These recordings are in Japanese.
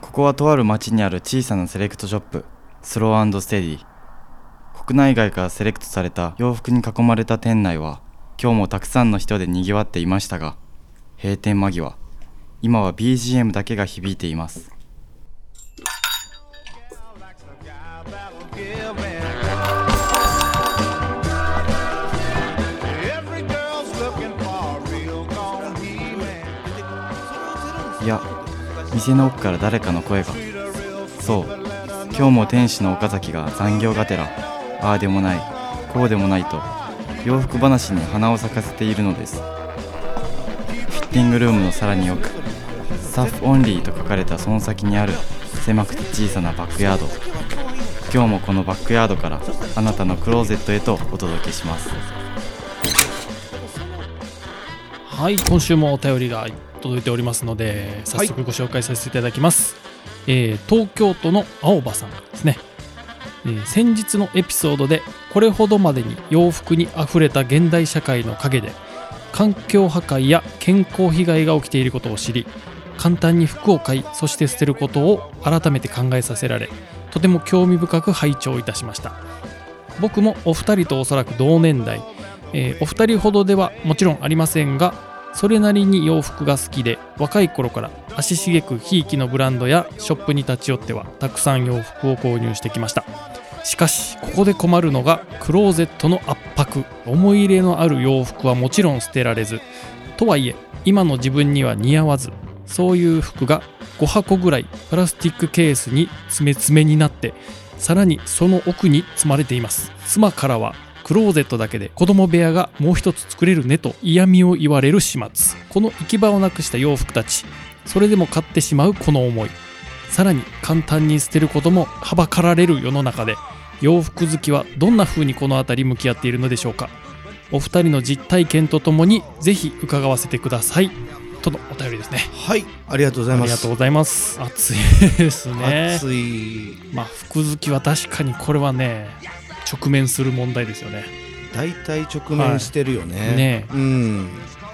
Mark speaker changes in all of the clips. Speaker 1: こはとある町にある小さなセレクトショップスローステディ国内外からセレクトされた洋服に囲まれた店内は今日もたくさんの人でにぎわっていましたが閉店間際今は BGM だけが響いていますいや店の奥から誰かの声がそう今日も天使の岡崎が残業がてらああでもないこうでもないと洋服話に花を咲かせているのですフィッティングルームのさらに奥スタッフオンリーと書かれたその先にある狭くて小さなバックヤード今日もこのバックヤードからあなたのクローゼットへとお届けします
Speaker 2: はい今週もお便りが届いておりますので早速ご紹介させていただきます、えー東京都の青葉さんからですね、えー先日のエピソードでこれほどまでに洋服にあふれた現代社会の陰で環境破壊や健康被害が起きていることを知り簡単に服を買いそして捨てることを改めて考えさせられとても興味深く拝聴いたしました僕もお二人とおそらく同年代、えーお二人ほどではもちろんありませんがそれなりに洋服が好きで若い頃から足しげくひいきのブランドやショップに立ち寄ってはたくさん洋服を購入してきましたしかしここで困るのがクローゼットの圧迫思い入れのある洋服はもちろん捨てられずとはいえ今の自分には似合わずそういう服が5箱ぐらいプラスチックケースに詰め詰めになってさらにその奥に積まれています妻からはクローゼットだけで子供部屋がもう一つ作れるねと嫌味を言われる始末この行き場をなくした洋服たちそれでも買ってしまうこの思いさらに簡単に捨てることもはばかられる世の中で洋服好きはどんな風にこの辺り向き合っているのでしょうかお二人の実体験とともにぜひ伺わせてくださいとのお便りですね
Speaker 3: はいありがとうござ
Speaker 2: あ
Speaker 3: いま
Speaker 2: りがと
Speaker 3: す
Speaker 2: うございます暑いですね
Speaker 3: 暑い
Speaker 2: まあ服好きは確かにこれはね直面する問題ですよね
Speaker 3: 大体直面してるよね、
Speaker 2: はいねえ
Speaker 3: うん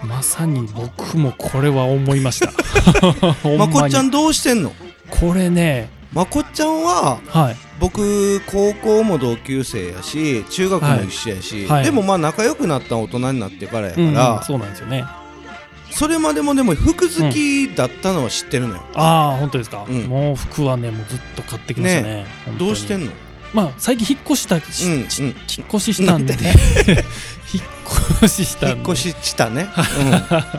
Speaker 2: まさに僕もこれは思いましたほんま
Speaker 3: ま
Speaker 2: に
Speaker 3: こっちゃんどうしてんの
Speaker 2: これね
Speaker 3: まこっちゃんは
Speaker 2: はい
Speaker 3: 僕高校も同級生やし中学も一緒やし、
Speaker 2: はいはい
Speaker 3: でもまあ仲良くなった大人になってからやか
Speaker 2: うん
Speaker 3: ら、
Speaker 2: そうなんですよね
Speaker 3: それまでもでも服好きだったのは知ってるのよ、
Speaker 2: ああ本当ですか、
Speaker 3: うん
Speaker 2: もう服はねもうずっと買ってきましたね本当に
Speaker 3: どうしてんの
Speaker 2: まあ最近引っ越したし、
Speaker 3: うんうん
Speaker 2: し 引っ越ししたんで
Speaker 3: なん
Speaker 2: 引っ越しした
Speaker 3: 引っ
Speaker 2: んで
Speaker 3: 越しした ね、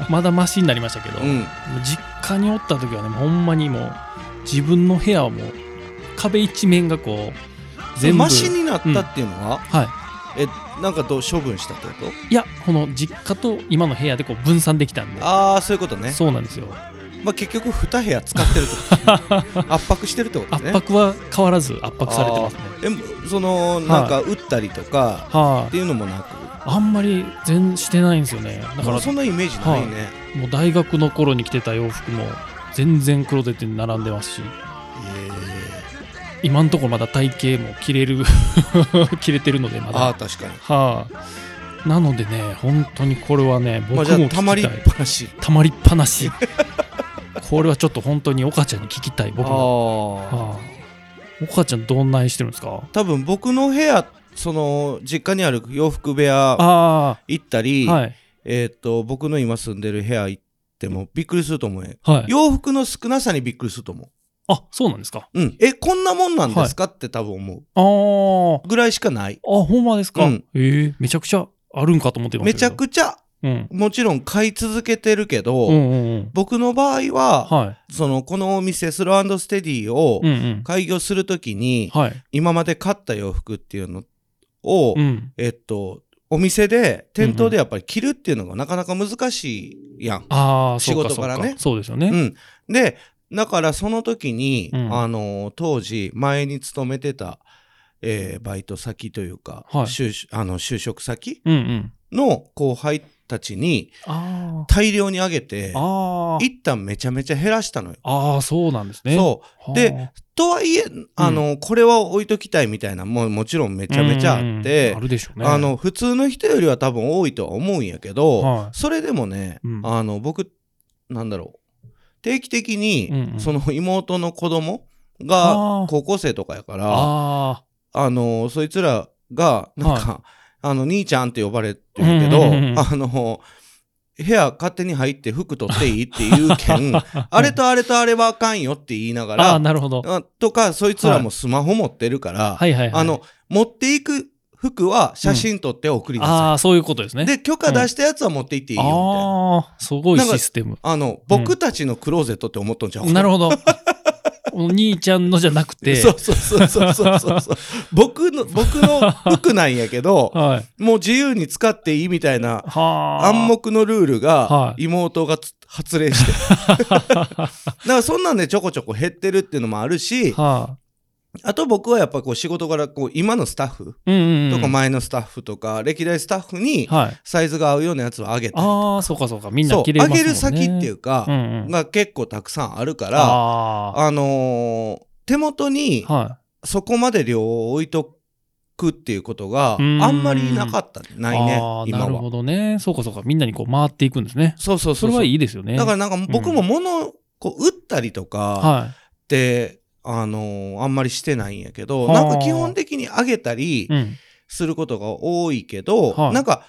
Speaker 2: まだマシになりましたけど、
Speaker 3: うんうん、
Speaker 2: 実家におった時はねほんまにもう自分の部屋をもう壁一面がこう全部
Speaker 3: マシになったっていうのは、
Speaker 2: はい
Speaker 3: えなんかどう処分したってこと
Speaker 2: いやこの実家と今の部屋でこう分散できたんで
Speaker 3: ああそういうことね、
Speaker 2: そうなんですよ
Speaker 3: まあ、結局2部屋使ってるって こと圧迫してるってこと
Speaker 2: 圧
Speaker 3: ね
Speaker 2: 迫は変わらず圧迫されてますね
Speaker 3: あーえそのなんか打ったりとか
Speaker 2: は
Speaker 3: って
Speaker 2: い
Speaker 3: いうのもなく
Speaker 2: あんまり全してないんですよねだから
Speaker 3: そんなイメージないね、
Speaker 2: もう大学の頃に着てた洋服も全然クローゼットに並んでますし今のところまだ体型も着れる 着れてるのでまだ
Speaker 3: ああ
Speaker 2: は
Speaker 3: ー確かに
Speaker 2: いなのでね本当にこれはね僕
Speaker 3: ま
Speaker 2: も
Speaker 3: あ、じゃ
Speaker 2: 聞
Speaker 3: あ
Speaker 2: き
Speaker 3: たま
Speaker 2: たい
Speaker 3: りっぱなした
Speaker 2: まりっぱなし これはちょっと本当に岡ちゃんに聞きたい僕も
Speaker 3: ああ
Speaker 2: はあ、岡ちゃんどんなにしてるんですか
Speaker 3: 多分僕の部屋その実家にある洋服部屋
Speaker 2: あ
Speaker 3: 行った
Speaker 2: あ
Speaker 3: り、
Speaker 2: はい
Speaker 3: えーっと僕の今住んでる部屋行ってもびっくりすると思うよ
Speaker 2: はい
Speaker 3: 洋服の少なさにびっくりすると思
Speaker 2: あそうなんですか
Speaker 3: う、うん、えこんなもんなんですか、って多分思
Speaker 2: あー
Speaker 3: うぐらいしかない
Speaker 2: あほんまですか、
Speaker 3: うん
Speaker 2: ええめちゃくちゃあるんかと思ってま
Speaker 3: め
Speaker 2: した
Speaker 3: ちゃ
Speaker 2: ち
Speaker 3: くちゃ
Speaker 2: ゃうん
Speaker 3: もちろん買い続けてるけど、
Speaker 2: うんうんうん
Speaker 3: 僕の場合は、
Speaker 2: は
Speaker 3: そのこのお店スローステディを
Speaker 2: いうんうん
Speaker 3: 開業するときに、
Speaker 2: はい
Speaker 3: 今まで買った洋服っていうのを、
Speaker 2: うん
Speaker 3: えっとお店で店頭でやっぱり着るっていうのがなかなか難しいやん。
Speaker 2: ああそうか
Speaker 3: 仕事
Speaker 2: そう
Speaker 3: から
Speaker 2: か、
Speaker 3: ね
Speaker 2: そうですよ
Speaker 3: う
Speaker 2: ね、
Speaker 3: ん、でだからその時に、
Speaker 2: うん
Speaker 3: あの当時前に勤めてた、えーバイト先というか、
Speaker 2: はい
Speaker 3: 就あの就職先
Speaker 2: うん、うんうん
Speaker 3: の後輩たちに
Speaker 2: あ
Speaker 3: 大量にあげて
Speaker 2: ああー
Speaker 3: 一旦めちゃめちゃ減らしたのよ。
Speaker 2: あーそうなんですね
Speaker 3: そう
Speaker 2: う
Speaker 3: でとはいえあの、これは置いときたいみたいなもうもちろんめちゃめちゃあって、
Speaker 2: あるでしょうね
Speaker 3: あの普通の人よりは多分多いとは思うんやけど、
Speaker 2: はい
Speaker 3: それでもね、
Speaker 2: うん
Speaker 3: あの僕なんだろう定期的に、
Speaker 2: うんうん
Speaker 3: その妹の子供
Speaker 2: あー
Speaker 3: が高校生とかやから、あ
Speaker 2: あ
Speaker 3: の、そいつらが、なんか、あの、兄ちゃんって呼ばれてるけど、
Speaker 2: うんうんうん
Speaker 3: あの、部屋勝手に入って服取っていいっていうけ ん、あれとあれとあれはあかんよって言いなが
Speaker 2: ー あー、
Speaker 3: ら、
Speaker 2: なるほど。
Speaker 3: あとか、そいつらもスマホ持ってるから、
Speaker 2: はいはいはい。
Speaker 3: あの、、持っていく服は写真撮って送りなさ
Speaker 2: ああ、そういうことです
Speaker 3: い。
Speaker 2: ね。
Speaker 3: で、許可出したやつは持って行っていいよみたいな。
Speaker 2: ああ、すごいシステム。
Speaker 3: あの、僕たちのクローゼットって思っとんじゃん。
Speaker 2: なるほど。お兄ちゃんのじゃなくて、
Speaker 3: そうそうそうそうそうそうそう。僕の、僕の服なんやけ ど、
Speaker 2: はい。
Speaker 3: もう自由に使っていいみたいな
Speaker 2: はあ。
Speaker 3: 暗黙のルールが
Speaker 2: はい
Speaker 3: 妹がつ発令して。 だからそんなんでちょこちょこ減ってるっていうのもあるし、
Speaker 2: はあ。
Speaker 3: あと僕はやっぱこう仕事からこう今のスタッフ
Speaker 2: うんうん、うん。
Speaker 3: とか前のスタッフとか歴代スタッフに
Speaker 2: はい。
Speaker 3: サイズが合うようなやつをあげて。
Speaker 2: ああ、そうかそうか。みんな
Speaker 3: そう
Speaker 2: 切、れま
Speaker 3: あ
Speaker 2: すもんね。
Speaker 3: げる先っていううか
Speaker 2: ん、うん、
Speaker 3: が結構たくさんあるから、
Speaker 2: あ
Speaker 3: あのー手元に
Speaker 2: あ。は
Speaker 3: そこまで量を置いとくっていうことが
Speaker 2: うーん
Speaker 3: あんまりなかった
Speaker 2: い。
Speaker 3: ないね
Speaker 2: ああ、
Speaker 3: 今
Speaker 2: なる
Speaker 3: は
Speaker 2: ほどね。そうかそうか。みんなにこう回っていくんですね。
Speaker 3: そうそう
Speaker 2: そ
Speaker 3: そう
Speaker 2: れ
Speaker 3: そう
Speaker 2: はいいですよね。
Speaker 3: だからなんか僕も物をこう打ったりとか
Speaker 2: は
Speaker 3: って、あのーあんまりしてないんやけど
Speaker 2: はあ
Speaker 3: なんか基本的に上げたり
Speaker 2: い。うん。
Speaker 3: することが多いけど、
Speaker 2: はい
Speaker 3: なんか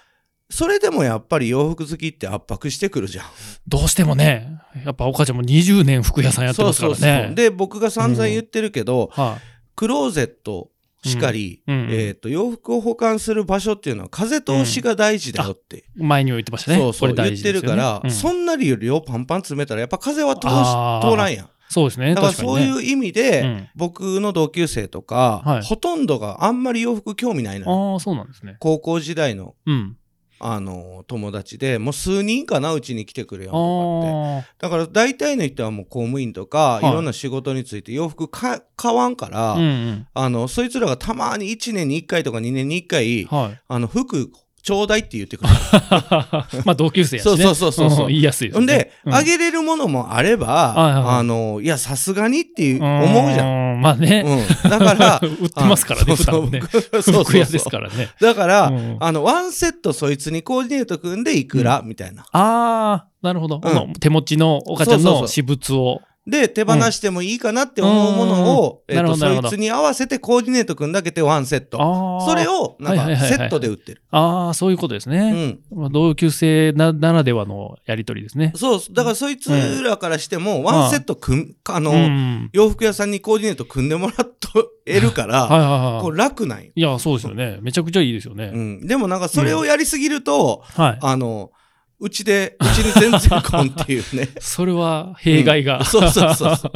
Speaker 3: それでもやっぱり洋服好きって圧迫してくるじゃん。
Speaker 2: どうしてもね、やっぱ岡ちゃんも20年服屋さんやってますからね。
Speaker 3: で僕が散々言ってるけど、
Speaker 2: は
Speaker 3: クローゼットしかり、
Speaker 2: い。うん。
Speaker 3: えー、と洋服を保管する場所っていうのは風通しが大事だよって、
Speaker 2: 前にも言ってましたね。
Speaker 3: そうそ
Speaker 2: こ
Speaker 3: う
Speaker 2: れ
Speaker 3: 言
Speaker 2: 大
Speaker 3: っ
Speaker 2: 事
Speaker 3: て
Speaker 2: です
Speaker 3: る
Speaker 2: よね
Speaker 3: から、
Speaker 2: うん
Speaker 3: そんなに量パンパン詰めたらやっぱ風は通し
Speaker 2: あー
Speaker 3: 通らんやん
Speaker 2: そうですね。
Speaker 3: だから
Speaker 2: 確かに
Speaker 3: そう
Speaker 2: ね
Speaker 3: いう意味で、
Speaker 2: うん
Speaker 3: 僕の同級生とか、
Speaker 2: はい
Speaker 3: ほとんどがあんまり洋服興味ないのよ
Speaker 2: ああ、そうなんですね。
Speaker 3: 高校時代の、
Speaker 2: うん。
Speaker 3: あの友達でもう数人かなうちに来てくれよ
Speaker 2: あ
Speaker 3: とかってだ
Speaker 2: あ。
Speaker 3: から大体の人はもう公務員とか、
Speaker 2: はい
Speaker 3: い、ろんな仕事について洋服か買わんから、
Speaker 2: うんうん。
Speaker 3: あのそいつらがたまに1年に1回とか2年に1回、
Speaker 2: はい。
Speaker 3: あの、服、ちょうだいって言ってくる。
Speaker 2: まあ同級生やし
Speaker 3: そ
Speaker 2: ね。
Speaker 3: うそうそうそうそうん
Speaker 2: 言いやすいで
Speaker 3: ほ
Speaker 2: すね。
Speaker 3: んで、
Speaker 2: うん
Speaker 3: あげれるものもあれ
Speaker 2: はいはいはい
Speaker 3: ば、あの、いや、さすがにっていう思うじゃん。
Speaker 2: ゃん。まあね。
Speaker 3: うん。だ から、
Speaker 2: 売ってますからね、
Speaker 3: あ
Speaker 2: 普段ね。
Speaker 3: そうそうそう
Speaker 2: 服屋ですからね。
Speaker 3: だから、
Speaker 2: うん
Speaker 3: あの、ワンセットそいつにコーディネート組んでいくら、みたいな。
Speaker 2: ああ、なるほど。
Speaker 3: ん
Speaker 2: この手持ちのお母ちゃん
Speaker 3: そうそうそ
Speaker 2: の
Speaker 3: う
Speaker 2: 私物を。
Speaker 3: で、手放してもいいかなって思うものを、
Speaker 2: うん
Speaker 3: えっ
Speaker 2: なる
Speaker 3: と、
Speaker 2: ほ
Speaker 3: そ
Speaker 2: どなる
Speaker 3: い
Speaker 2: ほど
Speaker 3: つに合わせてコーディネート組んだけてワンセット。
Speaker 2: ああ。
Speaker 3: それ。を、なん
Speaker 2: はいはい
Speaker 3: か、
Speaker 2: はいはい
Speaker 3: セットで売ってる。
Speaker 2: ああ、そういうことです
Speaker 3: う
Speaker 2: ね。
Speaker 3: ん。
Speaker 2: まあ同級生なならではのやりとりですね。
Speaker 3: そう、だからそいつらからしても、ワンセット組ん、あ
Speaker 2: う
Speaker 3: の、
Speaker 2: ん。
Speaker 3: 洋服屋さんにコーディネート組んでもらっとえるか
Speaker 2: はい
Speaker 3: ら、
Speaker 2: はい
Speaker 3: こ
Speaker 2: は
Speaker 3: う楽なんよ。
Speaker 2: い。いや、そうですよね。めちゃくちゃいいですよね。
Speaker 3: うん、でもなんかそれをやりすぎると、
Speaker 2: はい。。
Speaker 3: あの、うちで、うちに全然こんっていうね
Speaker 2: それは弊害が。
Speaker 3: うんそうそうそうそ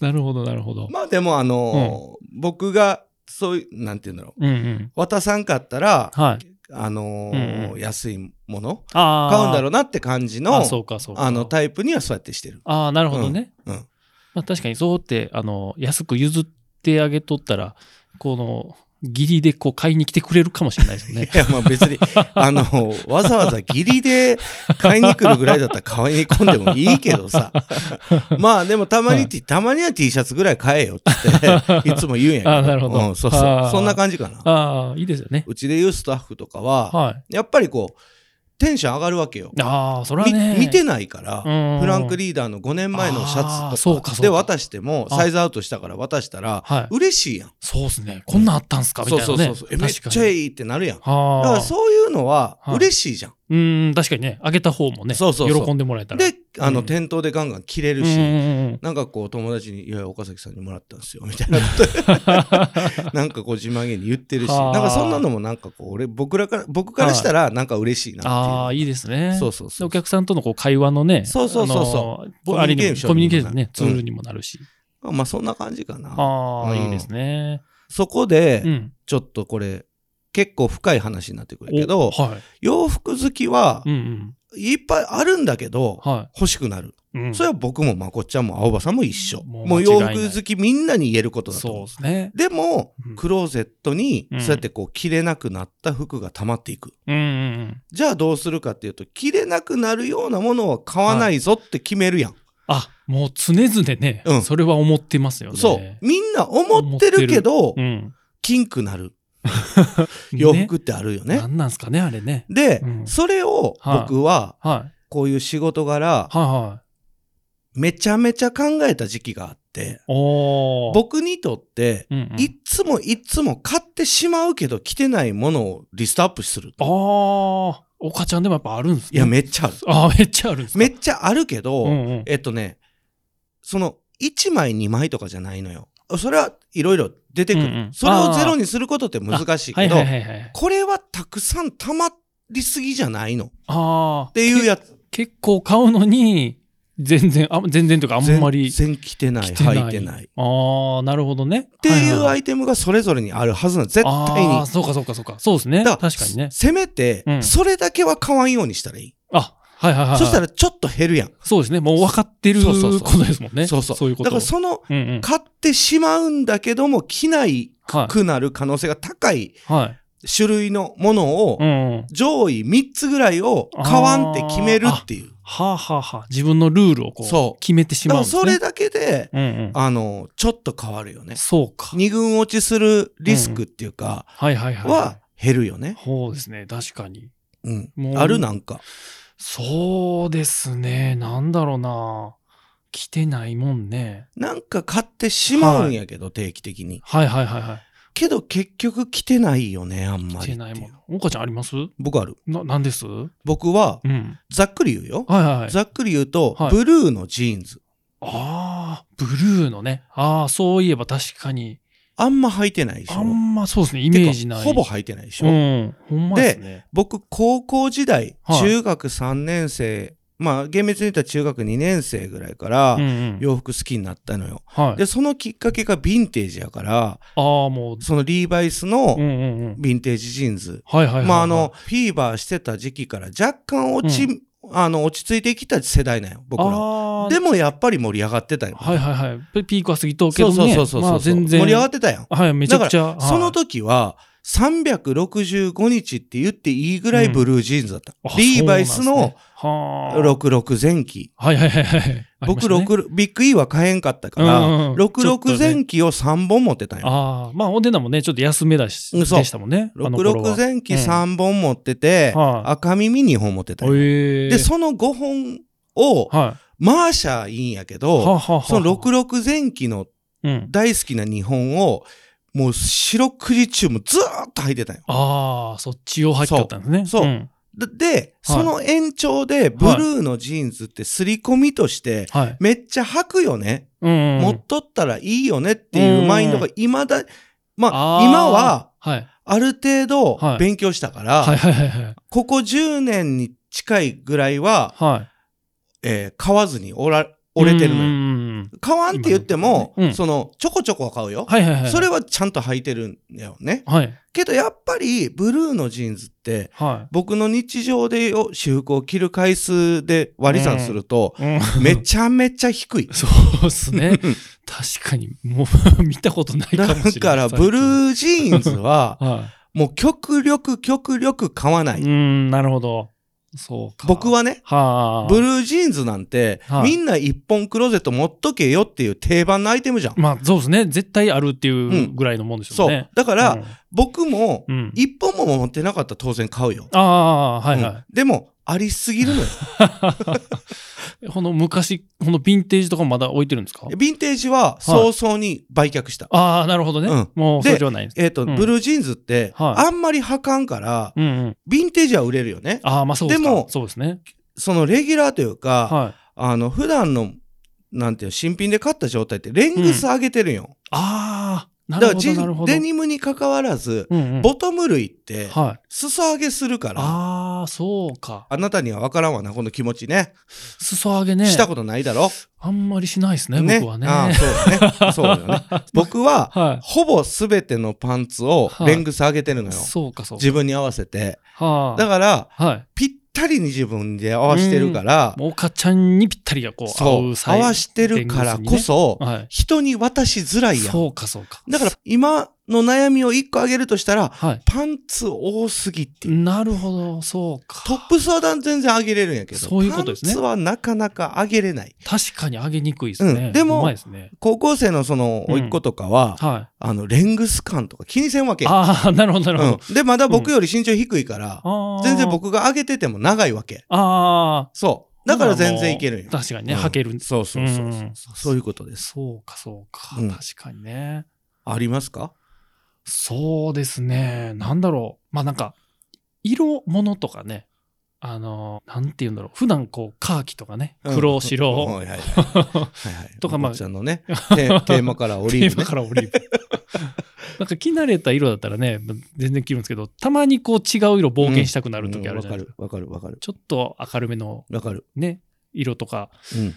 Speaker 2: なるほど、なるほど。
Speaker 3: まあでもあのー僕が、そういう、なんて言うんだろう。
Speaker 2: うんうん。
Speaker 3: 渡さんかったら、
Speaker 2: はい。
Speaker 3: あのー
Speaker 2: うんうん
Speaker 3: 安いもの
Speaker 2: ああ。
Speaker 3: 買うんだろうなって感じの、
Speaker 2: あ、そ
Speaker 3: あ
Speaker 2: うか、そうか。
Speaker 3: の、タイプにはそうやってしてる。
Speaker 2: ああ、なるほどね。
Speaker 3: うん。
Speaker 2: まあ、確かにそうって、あの、安く譲ってあげとったら、この、義理でこう買いに来てくれるかもしれないです
Speaker 3: 。
Speaker 2: よね
Speaker 3: いや、まあ別に、あのーわざわざ義理で買いに来るぐらいだったら買いに来んでもいいけどさ。まあでもたまに、T たまには T シャツぐらい買えよって いつも言うんやけど。
Speaker 2: あなるほど
Speaker 3: うん、そうそ
Speaker 2: あ
Speaker 3: う
Speaker 2: ー。
Speaker 3: そんな感じかな。
Speaker 2: ああ、いいですよね。
Speaker 3: うちで言うスタッフとかは、
Speaker 2: はい。
Speaker 3: やっぱりこう、テンション上がるわけよ。
Speaker 2: ああ、それはね。
Speaker 3: み見てないから、
Speaker 2: うん
Speaker 3: フランクリーダーの5年前のシ
Speaker 2: あ
Speaker 3: ャ
Speaker 2: ー
Speaker 3: ツと
Speaker 2: そう
Speaker 3: か
Speaker 2: かそうか
Speaker 3: で渡しても、
Speaker 2: あ
Speaker 3: サイズアウトしたから渡したら、
Speaker 2: はい。
Speaker 3: 嬉しいやん。
Speaker 2: そうですね。こんなんあったんすかみたい
Speaker 3: そう
Speaker 2: なね。
Speaker 3: そうそうそう。えめっ
Speaker 2: 確
Speaker 3: ち
Speaker 2: か
Speaker 3: ゃ
Speaker 2: に。
Speaker 3: いいってなるやん。だ
Speaker 2: はあ。
Speaker 3: からそういうのは
Speaker 2: はい
Speaker 3: 嬉しいじゃん。
Speaker 2: うーん、確かにね。あげた方もね。
Speaker 3: そうそうそう
Speaker 2: 喜んでもらえたら。
Speaker 3: で、あ
Speaker 2: う
Speaker 3: の、
Speaker 2: ん
Speaker 3: 店頭でガンガン着れ
Speaker 2: うん
Speaker 3: る
Speaker 2: う
Speaker 3: し、
Speaker 2: んうん、
Speaker 3: なんかこう友達に、いやいや、岡崎さんにもらったんですよ、みたいなこと、 なんかこう自慢げに言ってるし、
Speaker 2: は
Speaker 3: な
Speaker 2: あ
Speaker 3: んかそんなのもなんかこう、俺、僕らから、僕からしたらなんか嬉しいなっていう。
Speaker 2: ああ、いいですね。
Speaker 3: そうそうそ
Speaker 2: で
Speaker 3: う
Speaker 2: お。客さんとのこう会話のね、
Speaker 3: そうそうそうそ
Speaker 2: あのあれにもコ
Speaker 3: コ
Speaker 2: ミ
Speaker 3: ミュニ
Speaker 2: ュニ
Speaker 3: ケ
Speaker 2: ケー
Speaker 3: ーシ
Speaker 2: ショ
Speaker 3: ョ
Speaker 2: ン
Speaker 3: ン
Speaker 2: ね、ツ
Speaker 3: うん
Speaker 2: ールにもなるし。
Speaker 3: まあそんな感じかな。
Speaker 2: ああ、
Speaker 3: うん
Speaker 2: いいですね。
Speaker 3: そこ
Speaker 2: う
Speaker 3: で、
Speaker 2: ん。
Speaker 3: ちょっとこれ、結構深い話になってくるけ
Speaker 2: お
Speaker 3: ど、
Speaker 2: は。
Speaker 3: 洋服好きはい
Speaker 2: うんうん。
Speaker 3: いっぱいあるんだけど、
Speaker 2: は
Speaker 3: 欲しくなる。
Speaker 2: い。うん、
Speaker 3: それは僕もまこっちゃんも青葉さんも一緒。
Speaker 2: もう
Speaker 3: もう
Speaker 2: 間違い
Speaker 3: 洋
Speaker 2: ない
Speaker 3: 服好きみんなに言えることだと
Speaker 2: そう
Speaker 3: 思う
Speaker 2: で。すね。
Speaker 3: でも
Speaker 2: うん、
Speaker 3: クローゼットに
Speaker 2: う、ん
Speaker 3: そうやってこう、着れなくなった服が溜まっていく。
Speaker 2: うんうんうん。
Speaker 3: じゃあどうするかっていうと、着れなくなるようなものは買わないぞって決めるやん。
Speaker 2: あ、もう常々ね、
Speaker 3: うん
Speaker 2: それは思ってますよね。
Speaker 3: そう。みんな思ってるけど
Speaker 2: う、ん。
Speaker 3: キンクなる洋服ってあるよ
Speaker 2: ね。
Speaker 3: ね
Speaker 2: な。んなんすかね、あれね。
Speaker 3: で
Speaker 2: う、ん
Speaker 3: それを僕は、
Speaker 2: は
Speaker 3: こういう仕事柄
Speaker 2: い。、はいは
Speaker 3: めちゃめちゃ考えた時期があって、
Speaker 2: おー、
Speaker 3: 僕にとって、
Speaker 2: うんうん
Speaker 3: いっつもいっつも買ってしまうけど着てないものをリストアップする
Speaker 2: あ
Speaker 3: と。
Speaker 2: あ、おかちゃんでもやっぱあるんです
Speaker 3: い
Speaker 2: ね。
Speaker 3: や、めっちゃある。
Speaker 2: あーめっちゃあるんですか
Speaker 3: めっちゃあるけど、
Speaker 2: うんうん
Speaker 3: えっとね、その、1枚2枚とかじゃないのよ。それはいろいろ出てくる、
Speaker 2: うんうん
Speaker 3: それ
Speaker 2: あ
Speaker 3: を
Speaker 2: ー
Speaker 3: ゼロにすることって難しい
Speaker 2: は
Speaker 3: け
Speaker 2: い
Speaker 3: ど、
Speaker 2: はいはいはい。
Speaker 3: これはたくさん溜まりすぎじゃないのっ
Speaker 2: ああ、
Speaker 3: ていうやつ。
Speaker 2: 結構買うのに、全然、あ全然というかあんまり
Speaker 3: 全然着てない、
Speaker 2: 着てない。
Speaker 3: 履いてない。っ
Speaker 2: ああ、なるほどね。って
Speaker 3: いうア
Speaker 2: イ
Speaker 3: イテムがそれぞれにあるはずなの絶対
Speaker 2: ああ
Speaker 3: に
Speaker 2: ー、。そうかそうかそうか。そうですね。
Speaker 3: だ
Speaker 2: 確
Speaker 3: から
Speaker 2: かにね。
Speaker 3: せめて
Speaker 2: う、ん
Speaker 3: それだけは買わんようにしたらいい。
Speaker 2: あ、はいはいはいはい。
Speaker 3: そしたらちょっと減るやん。
Speaker 2: そうですね。もう分かってる
Speaker 3: そ
Speaker 2: こ
Speaker 3: うそうそう
Speaker 2: とですもんね。
Speaker 3: そうそう。
Speaker 2: そういうこと。
Speaker 3: だからその、
Speaker 2: うんうん。
Speaker 3: 買ってしまうんだけども、着ない
Speaker 2: は
Speaker 3: くなる可能性が高い
Speaker 2: い。はい。
Speaker 3: 種類のものを
Speaker 2: う、んうん。
Speaker 3: 上位3つぐらいを買わんって決めるっていう。
Speaker 2: はあはあはあ。自分のルールをこ、
Speaker 3: そうう
Speaker 2: 決めてし
Speaker 3: だ
Speaker 2: ま
Speaker 3: か
Speaker 2: う
Speaker 3: ら
Speaker 2: んです
Speaker 3: それ
Speaker 2: ね。
Speaker 3: だけで、
Speaker 2: うんうん。
Speaker 3: あの、ちょっと変わるよね。
Speaker 2: そうか。
Speaker 3: 二軍落ちするリスクっていうか、
Speaker 2: はいはいはい。
Speaker 3: は減るよね。
Speaker 2: そうですね。確かに。
Speaker 3: うん
Speaker 2: もう。
Speaker 3: あるなんか。
Speaker 2: そうですね。なんだろうな。来てないもんね。
Speaker 3: なんか買ってしまうんやけど、定期的に。
Speaker 2: はいはいはいは
Speaker 3: けど結局着てないよね、あんまりって
Speaker 2: い。来て
Speaker 3: いう。
Speaker 2: ないもん。岡ちゃんあります
Speaker 3: 僕ある。
Speaker 2: な、なんですうん。
Speaker 3: 僕は、ざっくり言うよ。
Speaker 2: はいはいはい。
Speaker 3: ざっくり言うと、
Speaker 2: はい
Speaker 3: ブルーのジーンズ。
Speaker 2: ああ、ブルーのね。ああ、そういえば確かに。
Speaker 3: あんま履いてないでしょ。
Speaker 2: あんまそうですね。イ
Speaker 3: イ
Speaker 2: メージない。
Speaker 3: ほぼ履いてないでしょ。
Speaker 2: うん。ほんまですね。
Speaker 3: 僕、高校時代、
Speaker 2: はい
Speaker 3: 中学3年生、まあ、厳密に言ったら中学2年生ぐらいから、
Speaker 2: うんうん
Speaker 3: 洋服好きになったのよ。
Speaker 2: はい。
Speaker 3: で、そのきっかけがヴィンテージやから、
Speaker 2: ああ、もう。
Speaker 3: そのリーバイス
Speaker 2: うん
Speaker 3: の
Speaker 2: うんうん。
Speaker 3: ヴィンテージジーンズ。
Speaker 2: はいはいはいはい。
Speaker 3: まあ、あの、フィーバーしてた時期から若干落ち、
Speaker 2: う
Speaker 3: あの、落ち着いてきた世代なんよ、僕ら。
Speaker 2: ああ、
Speaker 3: でもやっぱり盛り上がってたよ。
Speaker 2: はいはいはいピ。ピークは過ぎとうけ
Speaker 3: そ
Speaker 2: ど
Speaker 3: う
Speaker 2: ね。
Speaker 3: そうそうそうそう、
Speaker 2: まあ全然。
Speaker 3: 盛り上がっててたやん。
Speaker 2: はい、めちゃくちゃ。はい
Speaker 3: その時は、365日って言っていいぐらいブルージーンズだった。
Speaker 2: あ
Speaker 3: リーバイス
Speaker 2: そうなん
Speaker 3: の
Speaker 2: ですねはあ
Speaker 3: 66前期。
Speaker 2: はいはいはいはい。
Speaker 3: 僕、
Speaker 2: ありましたね
Speaker 3: 六ビッグ E は買えんかったか
Speaker 2: うんうんう
Speaker 3: ら、
Speaker 2: ん
Speaker 3: 66前期を3本持ってたんよ。
Speaker 2: ああ、まあ、おでなもね、ちょっと安めだし、
Speaker 3: う
Speaker 2: で
Speaker 3: んそう
Speaker 2: したもんね。あの頃は
Speaker 3: 66前期3本持ってて、
Speaker 2: うんはい
Speaker 3: 赤耳2本持ってたんよ。
Speaker 2: へえ
Speaker 3: で、その5本を、
Speaker 2: はい。は
Speaker 3: マーシャーいいんやけ
Speaker 2: あはあ
Speaker 3: ど、
Speaker 2: はあ
Speaker 3: その、66前期の
Speaker 2: うん。
Speaker 3: 大好きな2本を、もう四六時中もずーっと履いてたんよ。
Speaker 2: ああ、そっちを入っちゃったんですね。
Speaker 3: そうそうんで、でその延長で、ブルーのジーンズって刷り込みとして、
Speaker 2: はい。
Speaker 3: めっちゃ履くよね、
Speaker 2: うんうん。
Speaker 3: 持っとったらいいよねっていうマインドがいまだ、まあ、
Speaker 2: ー
Speaker 3: 今は、
Speaker 2: はい。
Speaker 3: ある程度
Speaker 2: はい
Speaker 3: 勉強したから、
Speaker 2: はいはいはいはい。
Speaker 3: ここ10年に近いぐらいは、
Speaker 2: はい。
Speaker 3: えー買わずにおら折れてるのよ。
Speaker 2: よ。
Speaker 3: 買わんって言っても、
Speaker 2: 今のところねうん
Speaker 3: その、ちょこちょこは買うよ。
Speaker 2: はいはいはい。
Speaker 3: それはちゃんと履いてるんだよね。
Speaker 2: はい。
Speaker 3: けどやっぱり、ブルーのジーンズって、
Speaker 2: は
Speaker 3: 僕の日常でよ私服を着る回数で割り算すると、
Speaker 2: い。うん。。
Speaker 3: めちゃめちゃ低い
Speaker 2: そうっすね。確かに、もう 見たことないかも
Speaker 3: だ
Speaker 2: しれない。
Speaker 3: から、ブル
Speaker 2: ー。
Speaker 3: ージーンズは、
Speaker 2: は。
Speaker 3: もう極力極力買わないい。
Speaker 2: うーん、なるほど。そうか。
Speaker 3: 僕、はね、
Speaker 2: はあ。
Speaker 3: ブルージーンズなんて
Speaker 2: は、い
Speaker 3: みんな一本クローゼット持っとけよっていう定番のアイテムじゃん。
Speaker 2: まあ、そうですね。絶対あるっていうぐらいのもんでしょ
Speaker 3: そうう
Speaker 2: ね。。
Speaker 3: だか
Speaker 2: だ
Speaker 3: ら、、僕も、
Speaker 2: うん。うん
Speaker 3: 一本も持ってなかったら当然買うよ。
Speaker 2: ああ、はいは
Speaker 3: うんでも、ありすぎる のよ。
Speaker 2: い。この昔、このヴィンテージとかもまだ置いてるんですか
Speaker 3: ヴィンテージは早々に売却した。
Speaker 2: ああ、なるほどね。
Speaker 3: うん
Speaker 2: もう、そ
Speaker 3: で
Speaker 2: れではないんです。
Speaker 3: えっと、
Speaker 2: うん
Speaker 3: ブルージーンズって、
Speaker 2: はい
Speaker 3: あんまり履かんから、
Speaker 2: うんうん。
Speaker 3: ヴィンテージは売れるよね。
Speaker 2: ああ、まあそうですか。
Speaker 3: でも
Speaker 2: そうですね。
Speaker 3: そのレギュラーというか、
Speaker 2: はい。
Speaker 3: あの、普段の、なんていうの新品で買った状態って、レングス上げてるよ。
Speaker 2: ああ、な
Speaker 3: だ
Speaker 2: る
Speaker 3: か
Speaker 2: ほ
Speaker 3: らジ
Speaker 2: ど、
Speaker 3: ン
Speaker 2: なるほど。
Speaker 3: デニムに関わらず、
Speaker 2: うんうん
Speaker 3: ボトム類って、
Speaker 2: はい。
Speaker 3: 裾上げするから、あ
Speaker 2: ああ、そうか。
Speaker 3: なたには分からんわな、この気持ちね。
Speaker 2: 裾上げね。
Speaker 3: したことないだろ。
Speaker 2: あんまりしないですね、僕はね。
Speaker 3: ああそうだね。そうだよ ね。僕は、
Speaker 2: は
Speaker 3: ほぼ全てのパンツを
Speaker 2: はい
Speaker 3: レングス上げてるの
Speaker 2: い。
Speaker 3: よ。
Speaker 2: そうか、そうか。
Speaker 3: 自分に合わせて。
Speaker 2: はあ。
Speaker 3: だから、
Speaker 2: はい。
Speaker 3: ぴったりに自分で合わしてるから、
Speaker 2: もう、かちゃんにぴったりがこう、
Speaker 3: そう、
Speaker 2: サイ
Speaker 3: 合わしてるからこそ、
Speaker 2: はい。
Speaker 3: 人に渡しづらいやん。
Speaker 2: そうか、そうか。
Speaker 3: だから、今の悩みを一個挙げるとしたら、
Speaker 2: はい。
Speaker 3: パンツ多すぎっていう。
Speaker 2: なるほど、そうか。
Speaker 3: トップスは全然上げれるんやけど、
Speaker 2: そういうことです
Speaker 3: パ
Speaker 2: ね
Speaker 3: ンツはなかなか上げれない。
Speaker 2: 確かに上げにくいですね。
Speaker 3: うんでも
Speaker 2: うまいですね。
Speaker 3: 高校生のその、
Speaker 2: うん
Speaker 3: 甥っ子とかは、
Speaker 2: は
Speaker 3: あの、レングス感とか気にせんわけ
Speaker 2: い。
Speaker 3: や
Speaker 2: あ あ、なるほど、なるほど。
Speaker 3: うん、で、まだ僕より身長低いから、
Speaker 2: あー
Speaker 3: 全然。僕が上げてても長いわけ。
Speaker 2: ああ、
Speaker 3: そう。だから全然いけるんよ。
Speaker 2: 確かにね、
Speaker 3: うん
Speaker 2: はけるんです。
Speaker 3: そうそうそう。
Speaker 2: うん
Speaker 3: そういうことです。
Speaker 2: そうか、そうか。
Speaker 3: うん
Speaker 2: 確かにね。
Speaker 3: ありますか
Speaker 2: そうですね。なんだろう。まあなんか、色物とかね。あの、なんて言うんだろう。普段こう、カーキとかね。黒、白。
Speaker 3: うん はいはいはいはいはい
Speaker 2: とかまあ
Speaker 3: お坊ちゃんの ね、テーテーマからオリーブ
Speaker 2: テーマ
Speaker 3: ね。
Speaker 2: からオリーブ。 なんか着慣れた色だったらね、全然着るんですけど、たまにこう違う色冒険したくなる時あるじゃないですか。
Speaker 3: うんわかるわかるわかる
Speaker 2: ちょっと明るめの
Speaker 3: わかる。
Speaker 2: ね、色とか、
Speaker 3: うん。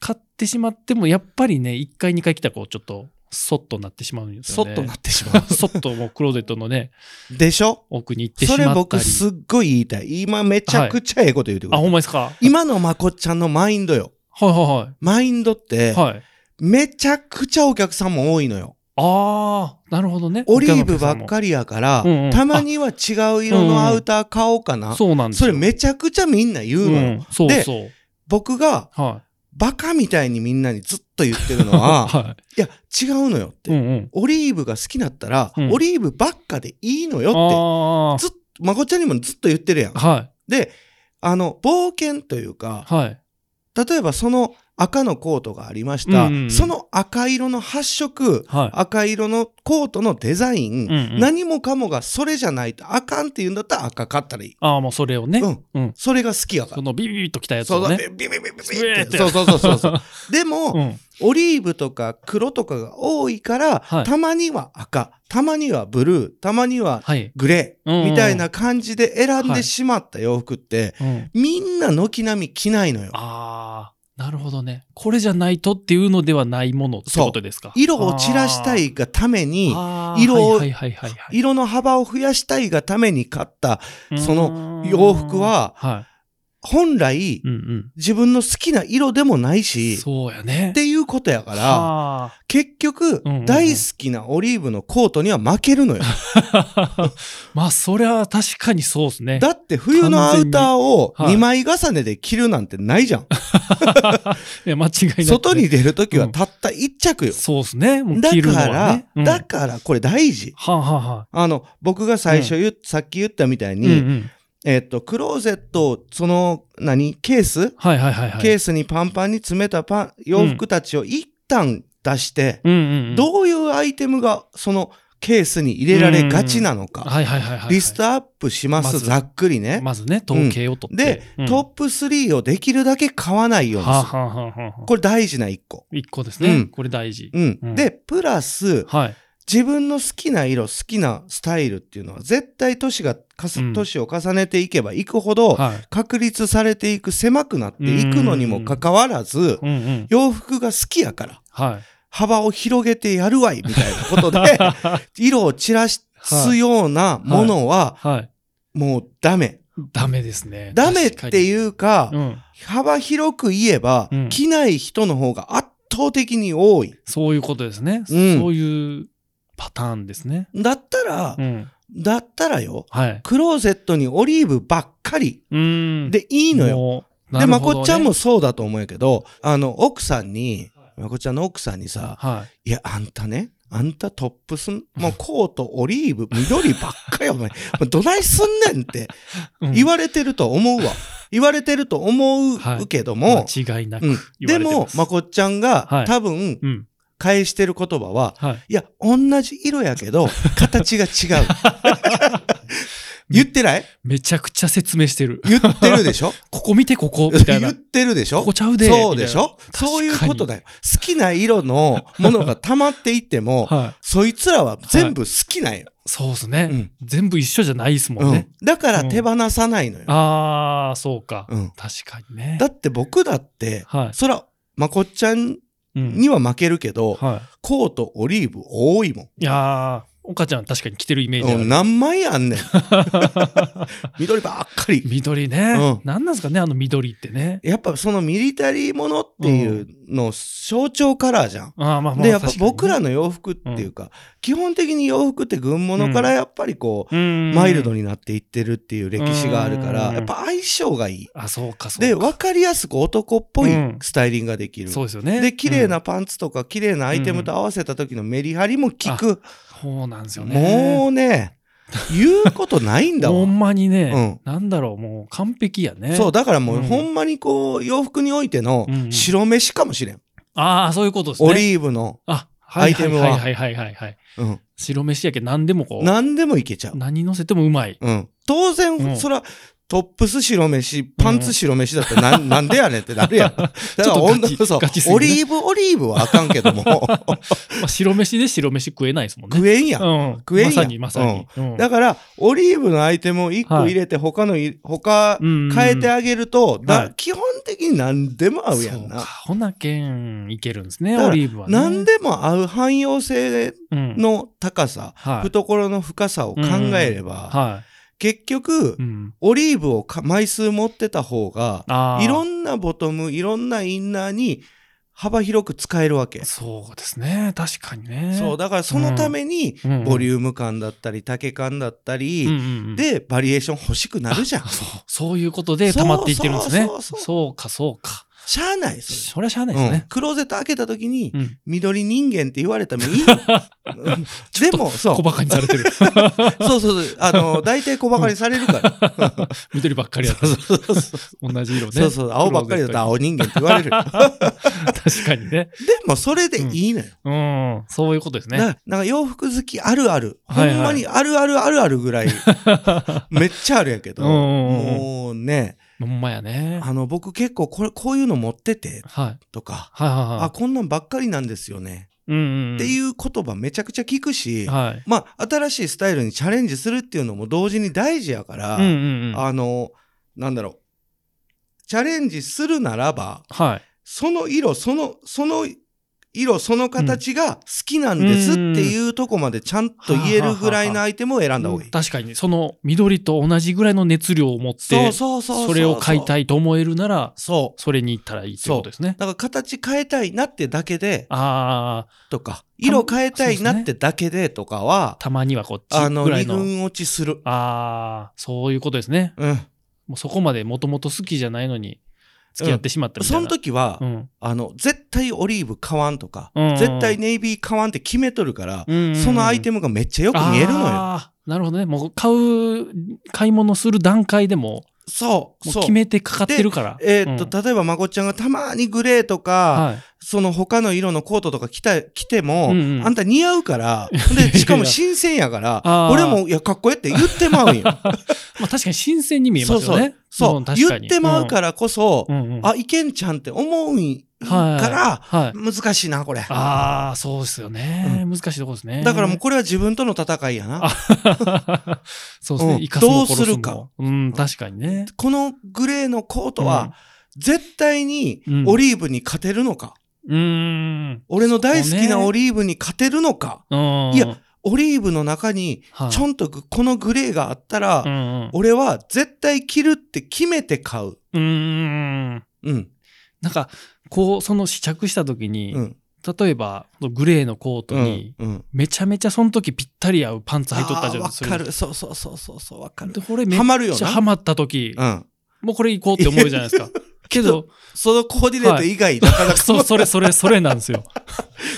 Speaker 2: 買ってしまっても、やっぱりね、1回2回着たらこうちょっと、そっとなってしまうんです
Speaker 3: そ
Speaker 2: よ
Speaker 3: っ
Speaker 2: ね。
Speaker 3: となってしま
Speaker 2: そっともうクローゼットのね、
Speaker 3: う。でしょ
Speaker 2: 奥に行ってし
Speaker 3: そ
Speaker 2: まったり。
Speaker 3: れ僕すっごい言いたい。今めちゃくちゃええこと言うてく
Speaker 2: あ、
Speaker 3: れ
Speaker 2: ほ
Speaker 3: る。
Speaker 2: んまですか
Speaker 3: 今のまこっちゃんのマインドよ。
Speaker 2: はいは
Speaker 3: マインドっ
Speaker 2: い
Speaker 3: て、
Speaker 2: はい。はい。
Speaker 3: めちゃくちゃお客さんも多いのよ。
Speaker 2: あー、なるほどね。
Speaker 3: オリーブばっ
Speaker 2: り
Speaker 3: かりやから
Speaker 2: うんうん、
Speaker 3: たまには違う色のアウター買おうかな。
Speaker 2: そうなんです
Speaker 3: そ
Speaker 2: よ
Speaker 3: れめちゃくちゃみんな言う
Speaker 2: う
Speaker 3: のよ。
Speaker 2: ん、そうそう。
Speaker 3: 僕が
Speaker 2: は
Speaker 3: バカみたいにみんなにずっと言ってるの
Speaker 2: い。
Speaker 3: は、
Speaker 2: はい
Speaker 3: や、違うのよっ
Speaker 2: い。う
Speaker 3: て。
Speaker 2: んうん。
Speaker 3: オリーブが好きだったら
Speaker 2: う、ん
Speaker 3: オリーブばっかでいいのよ
Speaker 2: あ
Speaker 3: って。ずっと、まこっちゃんにもずっと言ってるやん
Speaker 2: ー。はい。
Speaker 3: で、あの、冒険というか、
Speaker 2: はい。
Speaker 3: 例えばその赤のコートがありました、
Speaker 2: うんうん
Speaker 3: その赤色の発色、
Speaker 2: はい。
Speaker 3: 赤色のコートのデザイン、
Speaker 2: うんうん
Speaker 3: 何もかもがそれじゃないとあかんって言うんだったら赤買ったらいい。
Speaker 2: ああ、もうそれをね。
Speaker 3: うん。
Speaker 2: うん。
Speaker 3: それが好きやか
Speaker 2: そ
Speaker 3: ら。
Speaker 2: のビビビッときたやつ
Speaker 3: そう
Speaker 2: を
Speaker 3: だ、
Speaker 2: ね。
Speaker 3: ビビビビビビ
Speaker 2: ビビ
Speaker 3: っ。
Speaker 2: ってて
Speaker 3: そうそうそうそうそう。 でも、
Speaker 2: うん。
Speaker 3: オリーブとか黒とかが多いから、
Speaker 2: はい
Speaker 3: たまには赤、たまにはブルー、たまには
Speaker 2: はい。
Speaker 3: グレー、
Speaker 2: うんうん
Speaker 3: みたいな感じで選ん
Speaker 2: は
Speaker 3: で
Speaker 2: い
Speaker 3: しまった洋服って、
Speaker 2: うん。
Speaker 3: みんな軒並み着ないのよ。
Speaker 2: ああ、なるほどね。これじゃないとっていうのではないものってことですか。
Speaker 3: 色を散らしたいがために、
Speaker 2: あー。
Speaker 3: 色を
Speaker 2: はいはいはいはいはい
Speaker 3: 色の幅を増やしたいがために買った、
Speaker 2: うん
Speaker 3: その洋服は
Speaker 2: は
Speaker 3: 本来
Speaker 2: い。う、ん
Speaker 3: 自分の好きな色でもない
Speaker 2: うん。
Speaker 3: し、
Speaker 2: そうやね。
Speaker 3: っていうことやから、
Speaker 2: はあ
Speaker 3: 結局
Speaker 2: うんうんうん、
Speaker 3: 大好きなオリーブのコートには負けるのよ。
Speaker 2: まあ、 それは確かにそうですね。
Speaker 3: だって冬のアウターを
Speaker 2: 完全
Speaker 3: 2
Speaker 2: に
Speaker 3: 枚重ねで着るなんてないじゃん。
Speaker 2: いや間違いなくね。
Speaker 3: 外に出るときはたった1着よ。
Speaker 2: そうですね。もう
Speaker 3: だ
Speaker 2: 着るの
Speaker 3: か
Speaker 2: は
Speaker 3: ら
Speaker 2: ね。、うん
Speaker 3: だからこれ大事。
Speaker 2: はあはあはあ
Speaker 3: あの、僕が最初言っさっき言ったみたい
Speaker 2: うん
Speaker 3: に、
Speaker 2: うん。
Speaker 3: えっと、クローゼットを、その、何ケース、
Speaker 2: はいはいはいはい。
Speaker 3: ケースにパンパンに詰めたパン、洋服たちを一旦出して、
Speaker 2: うんうんうん。
Speaker 3: どういうアイテムがそのケースに入れられがちなのか、
Speaker 2: はいはいはいはい。
Speaker 3: リストアップします、
Speaker 2: まず
Speaker 3: ざっくりね。
Speaker 2: まずね、統計を取って。
Speaker 3: で、
Speaker 2: うん
Speaker 3: トップ3をできるだけ買わないようにする。
Speaker 2: はあ、はあはあはあ、
Speaker 3: これ大事な1個。
Speaker 2: 一個です
Speaker 3: う
Speaker 2: ね
Speaker 3: ん。
Speaker 2: これ大事。
Speaker 3: うん。
Speaker 2: うん
Speaker 3: で、プラス、
Speaker 2: はい。
Speaker 3: 自分の好きな色、好きなスタイルっていうのは、絶対年がかす、
Speaker 2: うん
Speaker 3: 年を重ねていけばいくほど、
Speaker 2: はい。
Speaker 3: 確立されていく狭くなっていくのにもかかわらず
Speaker 2: うんうん。
Speaker 3: 洋服が好きやから
Speaker 2: はい。
Speaker 3: 幅を広げてやるわいみたいなこと で 色を散らすようなものは
Speaker 2: はい。
Speaker 3: もうダメ。
Speaker 2: ダメですね。
Speaker 3: ダメって
Speaker 2: う。
Speaker 3: いうか
Speaker 2: うん。
Speaker 3: 幅広く言えば
Speaker 2: うん
Speaker 3: 着ない人の方が圧倒的に多い。
Speaker 2: そういうことですね。
Speaker 3: うん
Speaker 2: そういうパターンですね。
Speaker 3: だったら
Speaker 2: う、ん。
Speaker 3: だったらよ
Speaker 2: はい。
Speaker 3: クローゼットにオリーブばっかり
Speaker 2: うん。、
Speaker 3: でいいのよ。
Speaker 2: よ。
Speaker 3: で、
Speaker 2: なる
Speaker 3: ま
Speaker 2: ほどね
Speaker 3: こっちゃん。もそうだと思うんやけど、あの、奥さんに、まこっちゃんの奥さんにさ、
Speaker 2: はい
Speaker 3: や、あんたね、あんたトップス、もうコート、オリー ブ、緑ばっかりお前、お前どないすんねんって
Speaker 2: い。うん
Speaker 3: 言われてると思うわ。言われてると思
Speaker 2: はいう
Speaker 3: けども、
Speaker 2: 間違いなく
Speaker 3: うん。
Speaker 2: 言
Speaker 3: で
Speaker 2: われて
Speaker 3: も
Speaker 2: ま、す
Speaker 3: まこっちゃんが、
Speaker 2: はい
Speaker 3: 多分、
Speaker 2: うん。
Speaker 3: 返してる言葉は、
Speaker 2: はい。
Speaker 3: いや、同じ色やけ ど、形が違う。言ってない
Speaker 2: めちゃくちゃ説明してる。
Speaker 3: 言ってるでしょ
Speaker 2: ここ見て、ここ、みたい
Speaker 3: 言っ。
Speaker 2: な
Speaker 3: てるでしょ
Speaker 2: ここちゃうで。
Speaker 3: そうでしょ
Speaker 2: みたいな
Speaker 3: そういうことだよ。好きな色のものが溜まっていっても、
Speaker 2: は
Speaker 3: そいつらは全部好きなんよ。
Speaker 2: い。そうです
Speaker 3: う
Speaker 2: ね。
Speaker 3: ん
Speaker 2: 全部一緒じゃないですもん
Speaker 3: うん
Speaker 2: ね。
Speaker 3: だから手放さないのよ。
Speaker 2: ああ、そうか。
Speaker 3: うん
Speaker 2: 確かにね。
Speaker 3: だって僕だって、
Speaker 2: はい。
Speaker 3: そら、まこっちゃん
Speaker 2: うん
Speaker 3: には負けるけど、
Speaker 2: は
Speaker 3: コート、オリーブ多いもん。
Speaker 2: い。いやー、岡ちゃん確かに着てるイメージあ
Speaker 3: う
Speaker 2: る
Speaker 3: ん、何枚あんねん。 緑ばっかり。
Speaker 2: 緑ね
Speaker 3: う。ん
Speaker 2: 何なんですかね、あの緑ってね。
Speaker 3: やっぱそのミリタリーものっていうの象徴カラーじゃん。
Speaker 2: ああ、まあまあ。
Speaker 3: で、やっぱ
Speaker 2: 確かにね
Speaker 3: 僕らの洋服っていうか、基本的に洋服って軍物からやっぱりこう、
Speaker 2: うん
Speaker 3: マイルドになっていってるっていう歴史があるから、
Speaker 2: うん
Speaker 3: やっぱ相性がいい。
Speaker 2: あ、そうか、そうか。
Speaker 3: で、わかりやすく男っぽい
Speaker 2: うん
Speaker 3: スタイリングができる。
Speaker 2: そうですよね。
Speaker 3: で、綺麗
Speaker 2: うん。
Speaker 3: なパンツとか綺麗なアイテムと合わせた時のメリハリも効く。
Speaker 2: そうなんですよね。
Speaker 3: もうね、言うことないんだ
Speaker 2: ほ
Speaker 3: わ。
Speaker 2: んまにね、
Speaker 3: う
Speaker 2: なんだろう、もう完璧やね。
Speaker 3: そう、だからもう、
Speaker 2: うん
Speaker 3: ほんまにこう、洋服においての
Speaker 2: うんうん
Speaker 3: 白飯かもしれん。
Speaker 2: ああ、そういうことですね。
Speaker 3: オリーブの。
Speaker 2: あ、はいはいはい
Speaker 3: アイ
Speaker 2: はいはいはいはい。
Speaker 3: うん。
Speaker 2: 白飯やけ何でもこう、
Speaker 3: 何でもいけちゃう。
Speaker 2: 何乗せてもうまい。
Speaker 3: うん。当然、
Speaker 2: うん
Speaker 3: そら、トップス白飯、パンツ白飯だってな、 ん、なんでやねんってなるやん。だから女
Speaker 2: ちょっとガチ
Speaker 3: そう
Speaker 2: ガチすぎ
Speaker 3: オ
Speaker 2: るね
Speaker 3: リーブ、オリーブはあかんけ ども、
Speaker 2: まあ、白飯で白飯食えないですもんね。
Speaker 3: 食えんやん。
Speaker 2: うん、
Speaker 3: 食えんやん
Speaker 2: まさにまさに。うん
Speaker 3: だから、オリーブのアイテムを1個入れて、他のい、他、
Speaker 2: うん
Speaker 3: 変えてあげると、だ
Speaker 2: はい
Speaker 3: 基本的に何でも合うや
Speaker 2: そ
Speaker 3: ん
Speaker 2: うか
Speaker 3: な。
Speaker 2: ほなけんいけるんですね、
Speaker 3: だから
Speaker 2: オリーブは、ね。
Speaker 3: 何でも合う汎用性
Speaker 2: うん、
Speaker 3: の高さ、
Speaker 2: はい、
Speaker 3: 懐の深さを考えれば、
Speaker 2: は
Speaker 3: 結局
Speaker 2: い。う、ん。
Speaker 3: オリーブをか枚数持ってた方が、
Speaker 2: ああ。
Speaker 3: いろんなボトム、いろんなインナーに幅広く使えるわけ。
Speaker 2: そうですね、確かにね。
Speaker 3: そう、だからそのために、
Speaker 2: うん、
Speaker 3: ボリ
Speaker 2: ュ
Speaker 3: ューム感だったり、丈感だったり、
Speaker 2: うんうんうん、
Speaker 3: で、バリエーション欲しくなるじゃん
Speaker 2: あ。そう、そういうことで溜まっていってるんですね。
Speaker 3: そうそうそう
Speaker 2: か、そうか。
Speaker 3: しゃあないです。
Speaker 2: そりゃしゃあないで
Speaker 3: う
Speaker 2: す
Speaker 3: ん
Speaker 2: ね。
Speaker 3: クローゼット開けた時に、
Speaker 2: うん。
Speaker 3: 緑人間って言われても いい。うんでも、そう
Speaker 2: 小。馬鹿にされてる。
Speaker 3: そうそうそう。あの、大体小ばかりされるから。
Speaker 2: 緑ばっかりだった。同じ色ね。
Speaker 3: そうそう。青ばっかりだと青人間って言われ る。
Speaker 2: 確かにね。
Speaker 3: でも、それでいいのよ。
Speaker 2: うん。そういうことです
Speaker 3: だか
Speaker 2: ね。
Speaker 3: らなんか洋服好きあるある。
Speaker 2: はいはい
Speaker 3: ほんまにあるあるあるあるぐ らい、めっちゃあるやけど。
Speaker 2: うんうんうん
Speaker 3: もうね、
Speaker 2: ほんまやね。はい。
Speaker 3: あの、僕結構これ、こういうの持ってて、
Speaker 2: はい
Speaker 3: とか、
Speaker 2: はい
Speaker 3: あ、
Speaker 2: は
Speaker 3: こんなんばっかりなんですよね。
Speaker 2: い。うんうん。
Speaker 3: っていう言葉めちゃくちゃ聞くし、
Speaker 2: はい。
Speaker 3: まあ、新しいスタイルにチャレンジするっていうのも同時に大事やから、
Speaker 2: うんうんうん。
Speaker 3: あの、なんだろう。チャレンジするならば、
Speaker 2: はい。
Speaker 3: その色、その、その色、その形が好きなんですっていうとこまでちゃんと言えるぐらいのアイテムを選んだ方がいい。
Speaker 2: 確かに、その緑と同じぐらいの熱量を持って、
Speaker 3: そうそう
Speaker 2: それを買いた
Speaker 3: い。
Speaker 2: いと思えるなら、
Speaker 3: そう。
Speaker 2: それに行ったらいいということですね。
Speaker 3: だから形変えたいなってだけで、
Speaker 2: ああ、
Speaker 3: とか、色変えたいなってだけでとかは、
Speaker 2: たまにはこっち
Speaker 3: あの、
Speaker 2: ぐら
Speaker 3: 二
Speaker 2: いの。
Speaker 3: 軍落ちする。
Speaker 2: ああ、そういうことですね。
Speaker 3: うん。
Speaker 2: もうそこまでもともと好きじゃないのに付き合ってしまったみたいな。
Speaker 3: その時は、
Speaker 2: うん、
Speaker 3: あの、絶対オリーブ買わんとか、
Speaker 2: うんうん
Speaker 3: 絶対ネイビー買わんって決めとるから、
Speaker 2: うんうんうん
Speaker 3: そのアイテムがめっちゃよく見えるのよ。
Speaker 2: あーなるほどね。もう買う、買い物する段階でも、
Speaker 3: そう、
Speaker 2: もう
Speaker 3: そう
Speaker 2: 決。めてかかってるから。
Speaker 3: えーっ
Speaker 2: うん
Speaker 3: と、例えば、まこっちゃんがたまにグレーとか、
Speaker 2: はい。
Speaker 3: その他の色のコートとか着た、着ても、
Speaker 2: うんうん
Speaker 3: あんた似合うから、で、
Speaker 2: やいや
Speaker 3: しかも新鮮やから
Speaker 2: あ、ー
Speaker 3: 俺も、いや、かっこええって言ってま うんよ。
Speaker 2: まあ確かに新鮮に見えますよね。
Speaker 3: そう、
Speaker 2: ん確か
Speaker 3: 言
Speaker 2: に
Speaker 3: ってまうからこそ、
Speaker 2: うんうんうん
Speaker 3: あ、いけんちゃんって思うん
Speaker 2: はい
Speaker 3: から、
Speaker 2: はい。
Speaker 3: 難しいな、これ。
Speaker 2: ああ、そうですよね、難しいところですね。
Speaker 3: だからもうこれは自分との戦いやな。
Speaker 2: そうですね。
Speaker 3: うん
Speaker 2: 生かすも
Speaker 3: どう
Speaker 2: 殺
Speaker 3: す
Speaker 2: す
Speaker 3: るか
Speaker 2: も。うん、確かにね。
Speaker 3: このグレーのコートは、絶対に
Speaker 2: うん
Speaker 3: オリーブに勝てるのか、
Speaker 2: うーん。
Speaker 3: 俺の大好き
Speaker 2: そう
Speaker 3: な
Speaker 2: ね
Speaker 3: オリーブに勝てるのか、
Speaker 2: うん。
Speaker 3: いや、オリーブの中に
Speaker 2: はい
Speaker 3: ちょんとぐこのグレーがあったら、
Speaker 2: うんうん。
Speaker 3: 俺は絶対着るって決めて買う。
Speaker 2: うーん。
Speaker 3: うん。
Speaker 2: なんか、こう、その試着した時に、
Speaker 3: うん。
Speaker 2: 例えば、グレーのコート
Speaker 3: う
Speaker 2: に
Speaker 3: ん、。うん。
Speaker 2: めちゃめちゃその時ぴったり合うパンツ履いとったじ
Speaker 3: あー
Speaker 2: ゃん。
Speaker 3: わ
Speaker 2: それ
Speaker 3: かる。そうそうそうそうそう、わかる。
Speaker 2: で、これめっ
Speaker 3: ハマるよ
Speaker 2: ちゃ
Speaker 3: な
Speaker 2: ハマった時、
Speaker 3: うん。
Speaker 2: もうこれ行こうって思うじゃない ですか。けど、
Speaker 3: そのコーディネート以外、なかなか、
Speaker 2: そう、それ、それ、それなんですよ。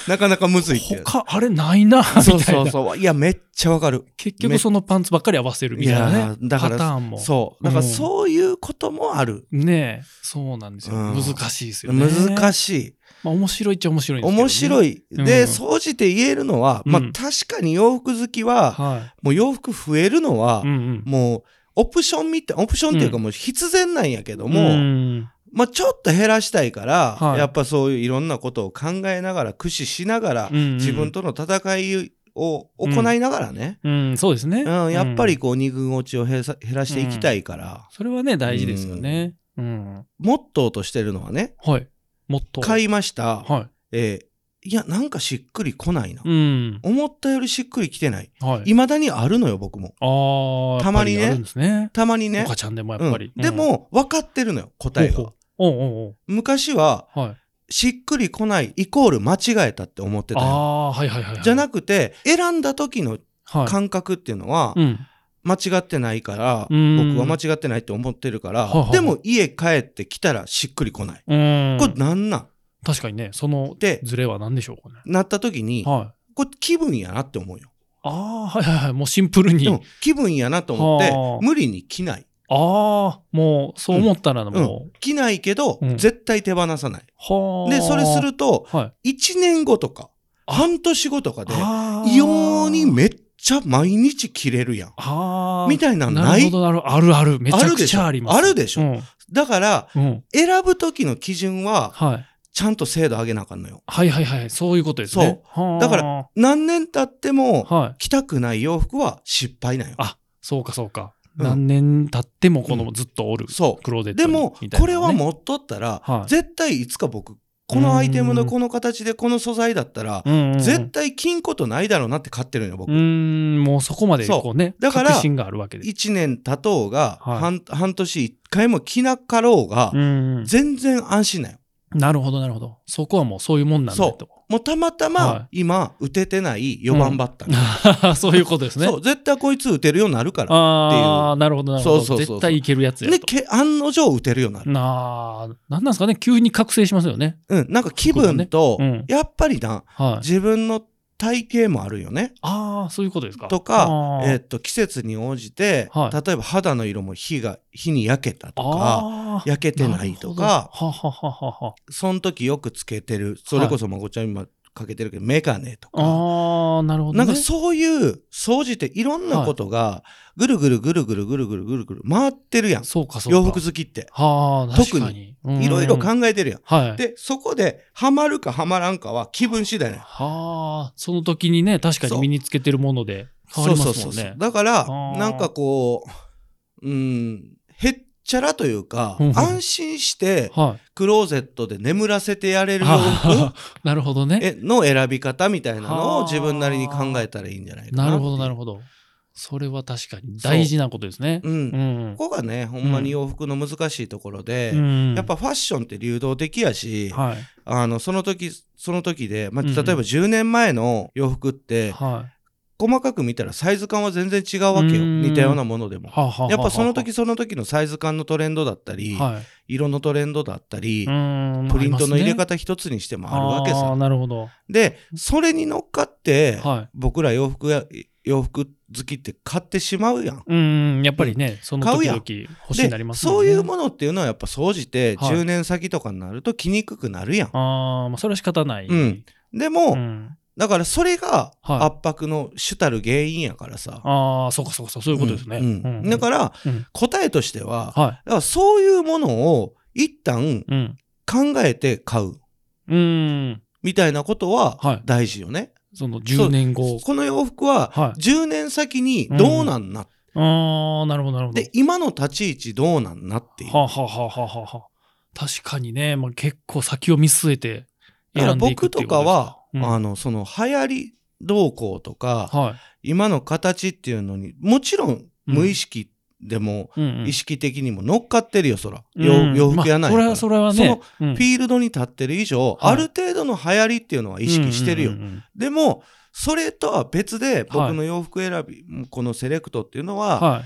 Speaker 3: なかなかむずいっていう。
Speaker 2: 他、あれないな、みたいな。
Speaker 3: そうそうそう。いや、めっちゃわかる。
Speaker 2: 結局そのパンツばっかり合わせるみたいなね。
Speaker 3: いやーだから
Speaker 2: パターンも。
Speaker 3: そう。だから
Speaker 2: うん
Speaker 3: そういうこともある。
Speaker 2: ねえ、そうなんですよ。
Speaker 3: うん
Speaker 2: 難しいですよね。
Speaker 3: 難
Speaker 2: い。
Speaker 3: しい。
Speaker 2: まあ面白いっちゃ面白いんですけど、ね。
Speaker 3: 面白
Speaker 2: い。
Speaker 3: い。
Speaker 2: うん
Speaker 3: で、総じて言えるのは、まあ
Speaker 2: うん
Speaker 3: 確かに洋服好きは、
Speaker 2: は。
Speaker 3: もう洋服増えるのはい
Speaker 2: う、んうん。
Speaker 3: もうオプションみたい、オプションっていうか
Speaker 2: う
Speaker 3: もう必然なんやけど
Speaker 2: う
Speaker 3: も、
Speaker 2: ん
Speaker 3: まあちょっと減らしたいから
Speaker 2: は、い
Speaker 3: やっぱそういういろんなことを考えながら、駆使しながら
Speaker 2: うんう、ん
Speaker 3: 自分との戦いを行いながらね、
Speaker 2: うん、そうですね。
Speaker 3: うん、やっぱ
Speaker 2: う
Speaker 3: り
Speaker 2: ん
Speaker 3: こう二軍落ちを減らさ減らしていきたいから、
Speaker 2: それはね、大事ですよね。うん。
Speaker 3: モットーとしてるのはね、
Speaker 2: はい。もっと。
Speaker 3: 買いました。
Speaker 2: は
Speaker 3: えーいや、なんかしっくり来ないな。
Speaker 2: い。うん。
Speaker 3: 思ったよりしっくりきてない。
Speaker 2: はい。
Speaker 3: 未だにあるのよ、僕も。
Speaker 2: ああ、
Speaker 3: たまにね
Speaker 2: やっぱりあるんですね。
Speaker 3: たまに
Speaker 2: ね。
Speaker 3: ね
Speaker 2: お。ちゃんでもやっぱり。
Speaker 3: うんでも、分かってるのよ、
Speaker 2: うん、
Speaker 3: 答え
Speaker 2: ほう
Speaker 3: が
Speaker 2: ほ。うおうおう
Speaker 3: 昔は、
Speaker 2: おうはい。
Speaker 3: しっくり来ないイコール間違えたって思ってた
Speaker 2: あ
Speaker 3: よ
Speaker 2: あー、はいはいはいはい。
Speaker 3: じゃな
Speaker 2: く、
Speaker 3: くて、選んだ時の
Speaker 2: はい。
Speaker 3: 感覚っていうのは
Speaker 2: う、ん。
Speaker 3: 間違ってないから、
Speaker 2: うん
Speaker 3: 僕は間違ってないって思ってるか
Speaker 2: はあは
Speaker 3: ら
Speaker 2: あ、
Speaker 3: でも家帰ってきたらしっくり来ない。
Speaker 2: うん。
Speaker 3: これなんなん
Speaker 2: 確かにね、その
Speaker 3: で
Speaker 2: ズレは何でしょうかね。
Speaker 3: なった時に、
Speaker 2: は
Speaker 3: これ気分やなって思うよ。
Speaker 2: い。ああー、はいはいはい。もうシンプルに。
Speaker 3: でも気分やなと思っ
Speaker 2: はあ
Speaker 3: て、無理に着ない。
Speaker 2: ああ、もうそう思ったら
Speaker 3: う
Speaker 2: も
Speaker 3: ん、着ないけど、
Speaker 2: うん
Speaker 3: 絶対手放さない。
Speaker 2: う、はあ。
Speaker 3: で、それすると、
Speaker 2: はい
Speaker 3: 1年後とか、半年後とかで、
Speaker 2: あー
Speaker 3: 異様にめっちゃ毎日着れるやん。
Speaker 2: ああ。
Speaker 3: み
Speaker 2: い
Speaker 3: たいなの
Speaker 2: な
Speaker 3: な
Speaker 2: るほ
Speaker 3: い
Speaker 2: どなるほど。あるある。めちゃ
Speaker 3: る
Speaker 2: く
Speaker 3: でし
Speaker 2: ち
Speaker 3: ょ
Speaker 2: ゃあります。
Speaker 3: あるでしょ
Speaker 2: うん。
Speaker 3: だから、
Speaker 2: うん
Speaker 3: 選ぶ時の基準は、
Speaker 2: はい。
Speaker 3: ちゃんと精度上げなあかんのよ。
Speaker 2: はいはいはい。そういうことですね。そう
Speaker 3: だから
Speaker 2: は
Speaker 3: 何年経っても、
Speaker 2: あはい。
Speaker 3: 着たくない洋服は失敗なんよ。
Speaker 2: あそうかそうか。
Speaker 3: うん
Speaker 2: 何年経ってもこの
Speaker 3: う
Speaker 2: ずっとおる。
Speaker 3: そう。
Speaker 2: クローゼット
Speaker 3: で
Speaker 2: に
Speaker 3: も、
Speaker 2: みたいな
Speaker 3: こ
Speaker 2: ね
Speaker 3: れは持っとったら、
Speaker 2: はい
Speaker 3: 絶対いつか僕、このアイテムのこの形でこの素材だったら、
Speaker 2: うんうんうん、
Speaker 3: 絶対金ことないだろうなって買ってるのよ、僕。
Speaker 2: うーん、もうそこまで
Speaker 3: そう
Speaker 2: こうね、
Speaker 3: だから
Speaker 2: 確信があるわけです。
Speaker 3: 1年経とうが、
Speaker 2: はい
Speaker 3: 半半年1回も着なかろうが、
Speaker 2: うんうん、
Speaker 3: 全然安心なんよ。
Speaker 2: なるほど、なるほど。そこはもうそういうもんなんだと。
Speaker 3: もうたまた
Speaker 2: は
Speaker 3: ま今、打ててない4番バッター。
Speaker 2: そういうことですね。
Speaker 3: そう、絶対こいつ打てるようになるから。
Speaker 2: ああ、なるほど、なるほど
Speaker 3: そうそうそうそう
Speaker 2: 絶対いけるやつや
Speaker 3: で、
Speaker 2: と。
Speaker 3: け案の定打てるようになる。
Speaker 2: なあ、なんなんですかね、急に覚醒しますよね。
Speaker 3: うん、なんか気分と、
Speaker 2: そうだね
Speaker 3: やっぱりな、
Speaker 2: はい。
Speaker 3: 自分の体型もあるよね。
Speaker 2: ああ、そういうことですか。
Speaker 3: とか
Speaker 2: あー
Speaker 3: えっと、季節に応じて、
Speaker 2: は
Speaker 3: 例えば肌の色も日が、日に焼けたとか、
Speaker 2: あー、
Speaker 3: 焼けてないとか、
Speaker 2: なるほどははははは。
Speaker 3: その時よくつけてる、それこそまこちゃん今かけてるけど、メガネとか、
Speaker 2: ああ、なるほど、ね。
Speaker 3: なんかそういう、総じていろんなことが、ぐるぐるぐるぐるぐるぐるぐるぐる回ってるやん。
Speaker 2: そうか、そうか。
Speaker 3: 洋服好きって。
Speaker 2: はあ、確かに。
Speaker 3: いろいろ
Speaker 2: え
Speaker 3: 考えてるやん。
Speaker 2: はい。
Speaker 3: で、そこで、ハマるかハマらんかは気分次第ね。
Speaker 2: はあ、その時にね、確かに身につけてるもので変わりますもんね。
Speaker 3: そうそうそう。だから
Speaker 2: ー、
Speaker 3: なんかこう、うん、へっちゃらというか
Speaker 2: うんう、ん
Speaker 3: 安心して、
Speaker 2: はい。
Speaker 3: クローゼットで眠らせてやれる洋
Speaker 2: あ
Speaker 3: 服
Speaker 2: ーなるほどね。
Speaker 3: えの選び方みたいなの
Speaker 2: は
Speaker 3: を
Speaker 2: あ
Speaker 3: 自分なりに考えたらいいんじゃないかな。
Speaker 2: なるほど、な
Speaker 3: る
Speaker 2: るほど。それは確かに大事なことですね。
Speaker 3: う。
Speaker 2: うんん。
Speaker 3: ここがね、ほんまに洋服の難しいところで、
Speaker 2: うん
Speaker 3: やっ、ぱファッションって流動的やし、
Speaker 2: はい。
Speaker 3: あの、その時、その時で、まあ、
Speaker 2: うん
Speaker 3: 例えば10年前の洋服って、
Speaker 2: は
Speaker 3: 細かく見たらサイズ感は全然違うわけよ。
Speaker 2: うん
Speaker 3: 似たようなもので
Speaker 2: い。
Speaker 3: も。
Speaker 2: はあはあはあ
Speaker 3: やっぱその時、その時のサイズ感のトレンドだったり、
Speaker 2: は
Speaker 3: 色のトレンドだったり
Speaker 2: い。う、ん
Speaker 3: プリントの入れ
Speaker 2: ありますね
Speaker 3: 方一つにしてもあるわけ
Speaker 2: あー
Speaker 3: さ。
Speaker 2: なるほど。
Speaker 3: で、それに乗っかって、
Speaker 2: は
Speaker 3: 僕ら洋服や洋服好きって買ってしまうやん。
Speaker 2: い。うん、やっぱりね、その
Speaker 3: 買う
Speaker 2: 時
Speaker 3: やん
Speaker 2: 々欲しいなります
Speaker 3: そういう
Speaker 2: の。
Speaker 3: ものっていうのはやっぱ総じて
Speaker 2: はい
Speaker 3: 10年先とかになると着にくくなるやん。
Speaker 2: ああ、まあ、それは仕方ない。
Speaker 3: うん。でも、
Speaker 2: うん
Speaker 3: だからそれが
Speaker 2: はい
Speaker 3: 圧迫の主たる原因やからさ。
Speaker 2: ああ、そうかそうかそう、そういうことですね。
Speaker 3: うん
Speaker 2: うん
Speaker 3: だから
Speaker 2: うん
Speaker 3: 答えとしては、だ
Speaker 2: は
Speaker 3: からそういうものを一旦
Speaker 2: い。うん。
Speaker 3: 考えて買う
Speaker 2: うん。
Speaker 3: みたいなこと
Speaker 2: は
Speaker 3: はい大事よね。
Speaker 2: その10年後。
Speaker 3: この洋服は
Speaker 2: はい。
Speaker 3: 10年先にどうなんなっ
Speaker 2: ああ、なるほど、なるほど。
Speaker 3: て、今の立ち位置どうなんなっていう。
Speaker 2: はあ、はあはあはあはあ、確かにね、まあ、結構先を見据えて
Speaker 3: だから
Speaker 2: 選んでいくっ
Speaker 3: 僕
Speaker 2: て
Speaker 3: と
Speaker 2: いう
Speaker 3: か
Speaker 2: ことです
Speaker 3: は
Speaker 2: か、、うん
Speaker 3: あの、その流行り動向とか、
Speaker 2: は
Speaker 3: 今の形っていうのに、もちろん無意識でも、
Speaker 2: い。うんうん
Speaker 3: 意識的にも乗っかってるよ、そら。
Speaker 2: うん
Speaker 3: 洋洋服やないから、
Speaker 2: まあそれは、そ
Speaker 3: そ
Speaker 2: れは
Speaker 3: の
Speaker 2: ね、うん
Speaker 3: フィールドに立ってる以上、
Speaker 2: はい
Speaker 3: ある程度の流行りっていうのは意識してるよ。
Speaker 2: うんうんうんうん
Speaker 3: でも、それとは別で、僕の洋服選び、このセレクトっていうのは、
Speaker 2: は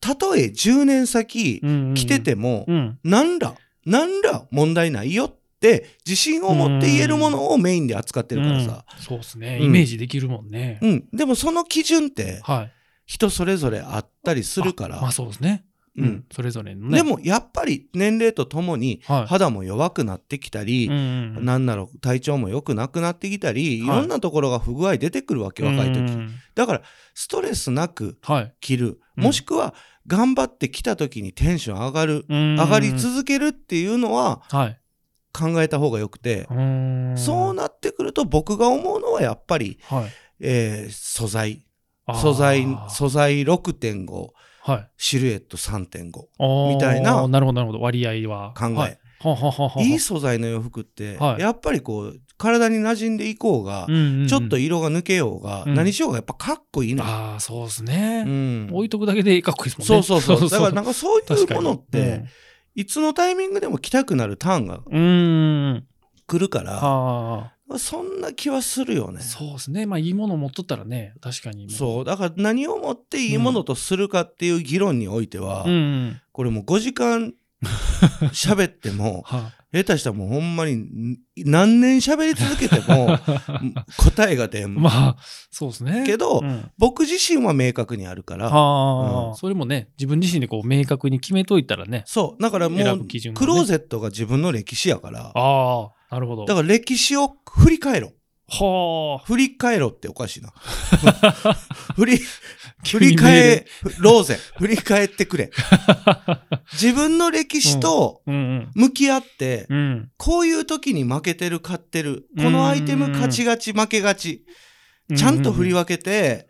Speaker 3: たとえ10年先
Speaker 2: い。うんうんうん
Speaker 3: 着て、ても、
Speaker 2: うん。
Speaker 3: なんら、なんら問題ないよって、自信を持って言えるものをメインで扱ってるからさ。
Speaker 2: うんそうですね。
Speaker 3: うん
Speaker 2: イメージできるもんね。
Speaker 3: うん。でもその基準って、
Speaker 2: はい。
Speaker 3: 人それぞれあったりするから。
Speaker 2: まあそうですね。
Speaker 3: うん。
Speaker 2: それぞれのね。
Speaker 3: で、もやっぱり年齢とともに
Speaker 2: はい。
Speaker 3: 肌も弱くなってきたり、
Speaker 2: うんうん
Speaker 3: なんだろう体調も良くなくなってきたり、
Speaker 2: はい
Speaker 3: い、ろんなところが不具合出てくるわけ若い時、
Speaker 2: うんうん
Speaker 3: だからストレスなく
Speaker 2: はい。
Speaker 3: 着る、
Speaker 2: うん
Speaker 3: もしくは頑張ってきた時にテンション上がる、
Speaker 2: 上
Speaker 3: 上がり続けるっていうのは
Speaker 2: はい。
Speaker 3: 考えた方がよくて、そう
Speaker 2: な、
Speaker 3: なってくると僕が思うのはやっぱり、
Speaker 2: はい
Speaker 3: えー素材
Speaker 2: あー
Speaker 3: 素材素材6.5
Speaker 2: はい。
Speaker 3: シルエット3.5考
Speaker 2: み
Speaker 3: みたいな
Speaker 2: なるほど、なるほど。割合は。
Speaker 3: え、、
Speaker 2: はいははははい
Speaker 3: 素材の洋服って、
Speaker 2: はい
Speaker 3: やっぱりこう体に馴染んでいこうが、ちょっと
Speaker 2: い
Speaker 3: 色が抜けようが、
Speaker 2: うん
Speaker 3: 何しようがやっぱかっこいいのよ、
Speaker 2: ああそうです
Speaker 3: う
Speaker 2: ね、
Speaker 3: ん
Speaker 2: 置いとくだけでかっこいいですもん
Speaker 3: そ
Speaker 2: ね
Speaker 3: うそうそうだからな
Speaker 2: なん
Speaker 3: かそういうものっ
Speaker 2: う
Speaker 3: て
Speaker 2: ん
Speaker 3: いつのタイミングでも着たくなるターンが
Speaker 2: うーん
Speaker 3: 来るから
Speaker 2: あ
Speaker 3: そんな気はするよね
Speaker 2: あそうですねまあいいもの持っとったらね確かにも
Speaker 3: そうだから何をもっていいものとするかっていう議論においては、
Speaker 2: うん
Speaker 3: これもう5時間喋っても、
Speaker 2: は
Speaker 3: 下手したらもうほんまにん何年喋り続けても ん答えが出ん。
Speaker 2: まあ、そうですね。
Speaker 3: けど
Speaker 2: うん
Speaker 3: 僕自身は明確にあるから、
Speaker 2: あ
Speaker 3: う
Speaker 2: あ、
Speaker 3: ん
Speaker 2: それもね、自分自身でこう明確に決めといたらね。
Speaker 3: そう、だからも
Speaker 2: 選
Speaker 3: う
Speaker 2: ぶ基準がね
Speaker 3: クローゼットが自分の歴史やから、
Speaker 2: ああ、なるほど。
Speaker 3: だから歴史を振り返ろう。
Speaker 2: はあ、
Speaker 3: 振り返ろうっておかしい な。振り、振
Speaker 2: 急に
Speaker 3: り
Speaker 2: メール
Speaker 3: 返ろうぜ。振り返ってく れ。自分の歴史と
Speaker 2: うん
Speaker 3: 向き合って、
Speaker 2: うん。うん
Speaker 3: こういう時に負けてる、勝ってる、
Speaker 2: うん
Speaker 3: このアイテム勝ちがち、負けがち、ちゃんと振り
Speaker 2: は、
Speaker 3: 分けて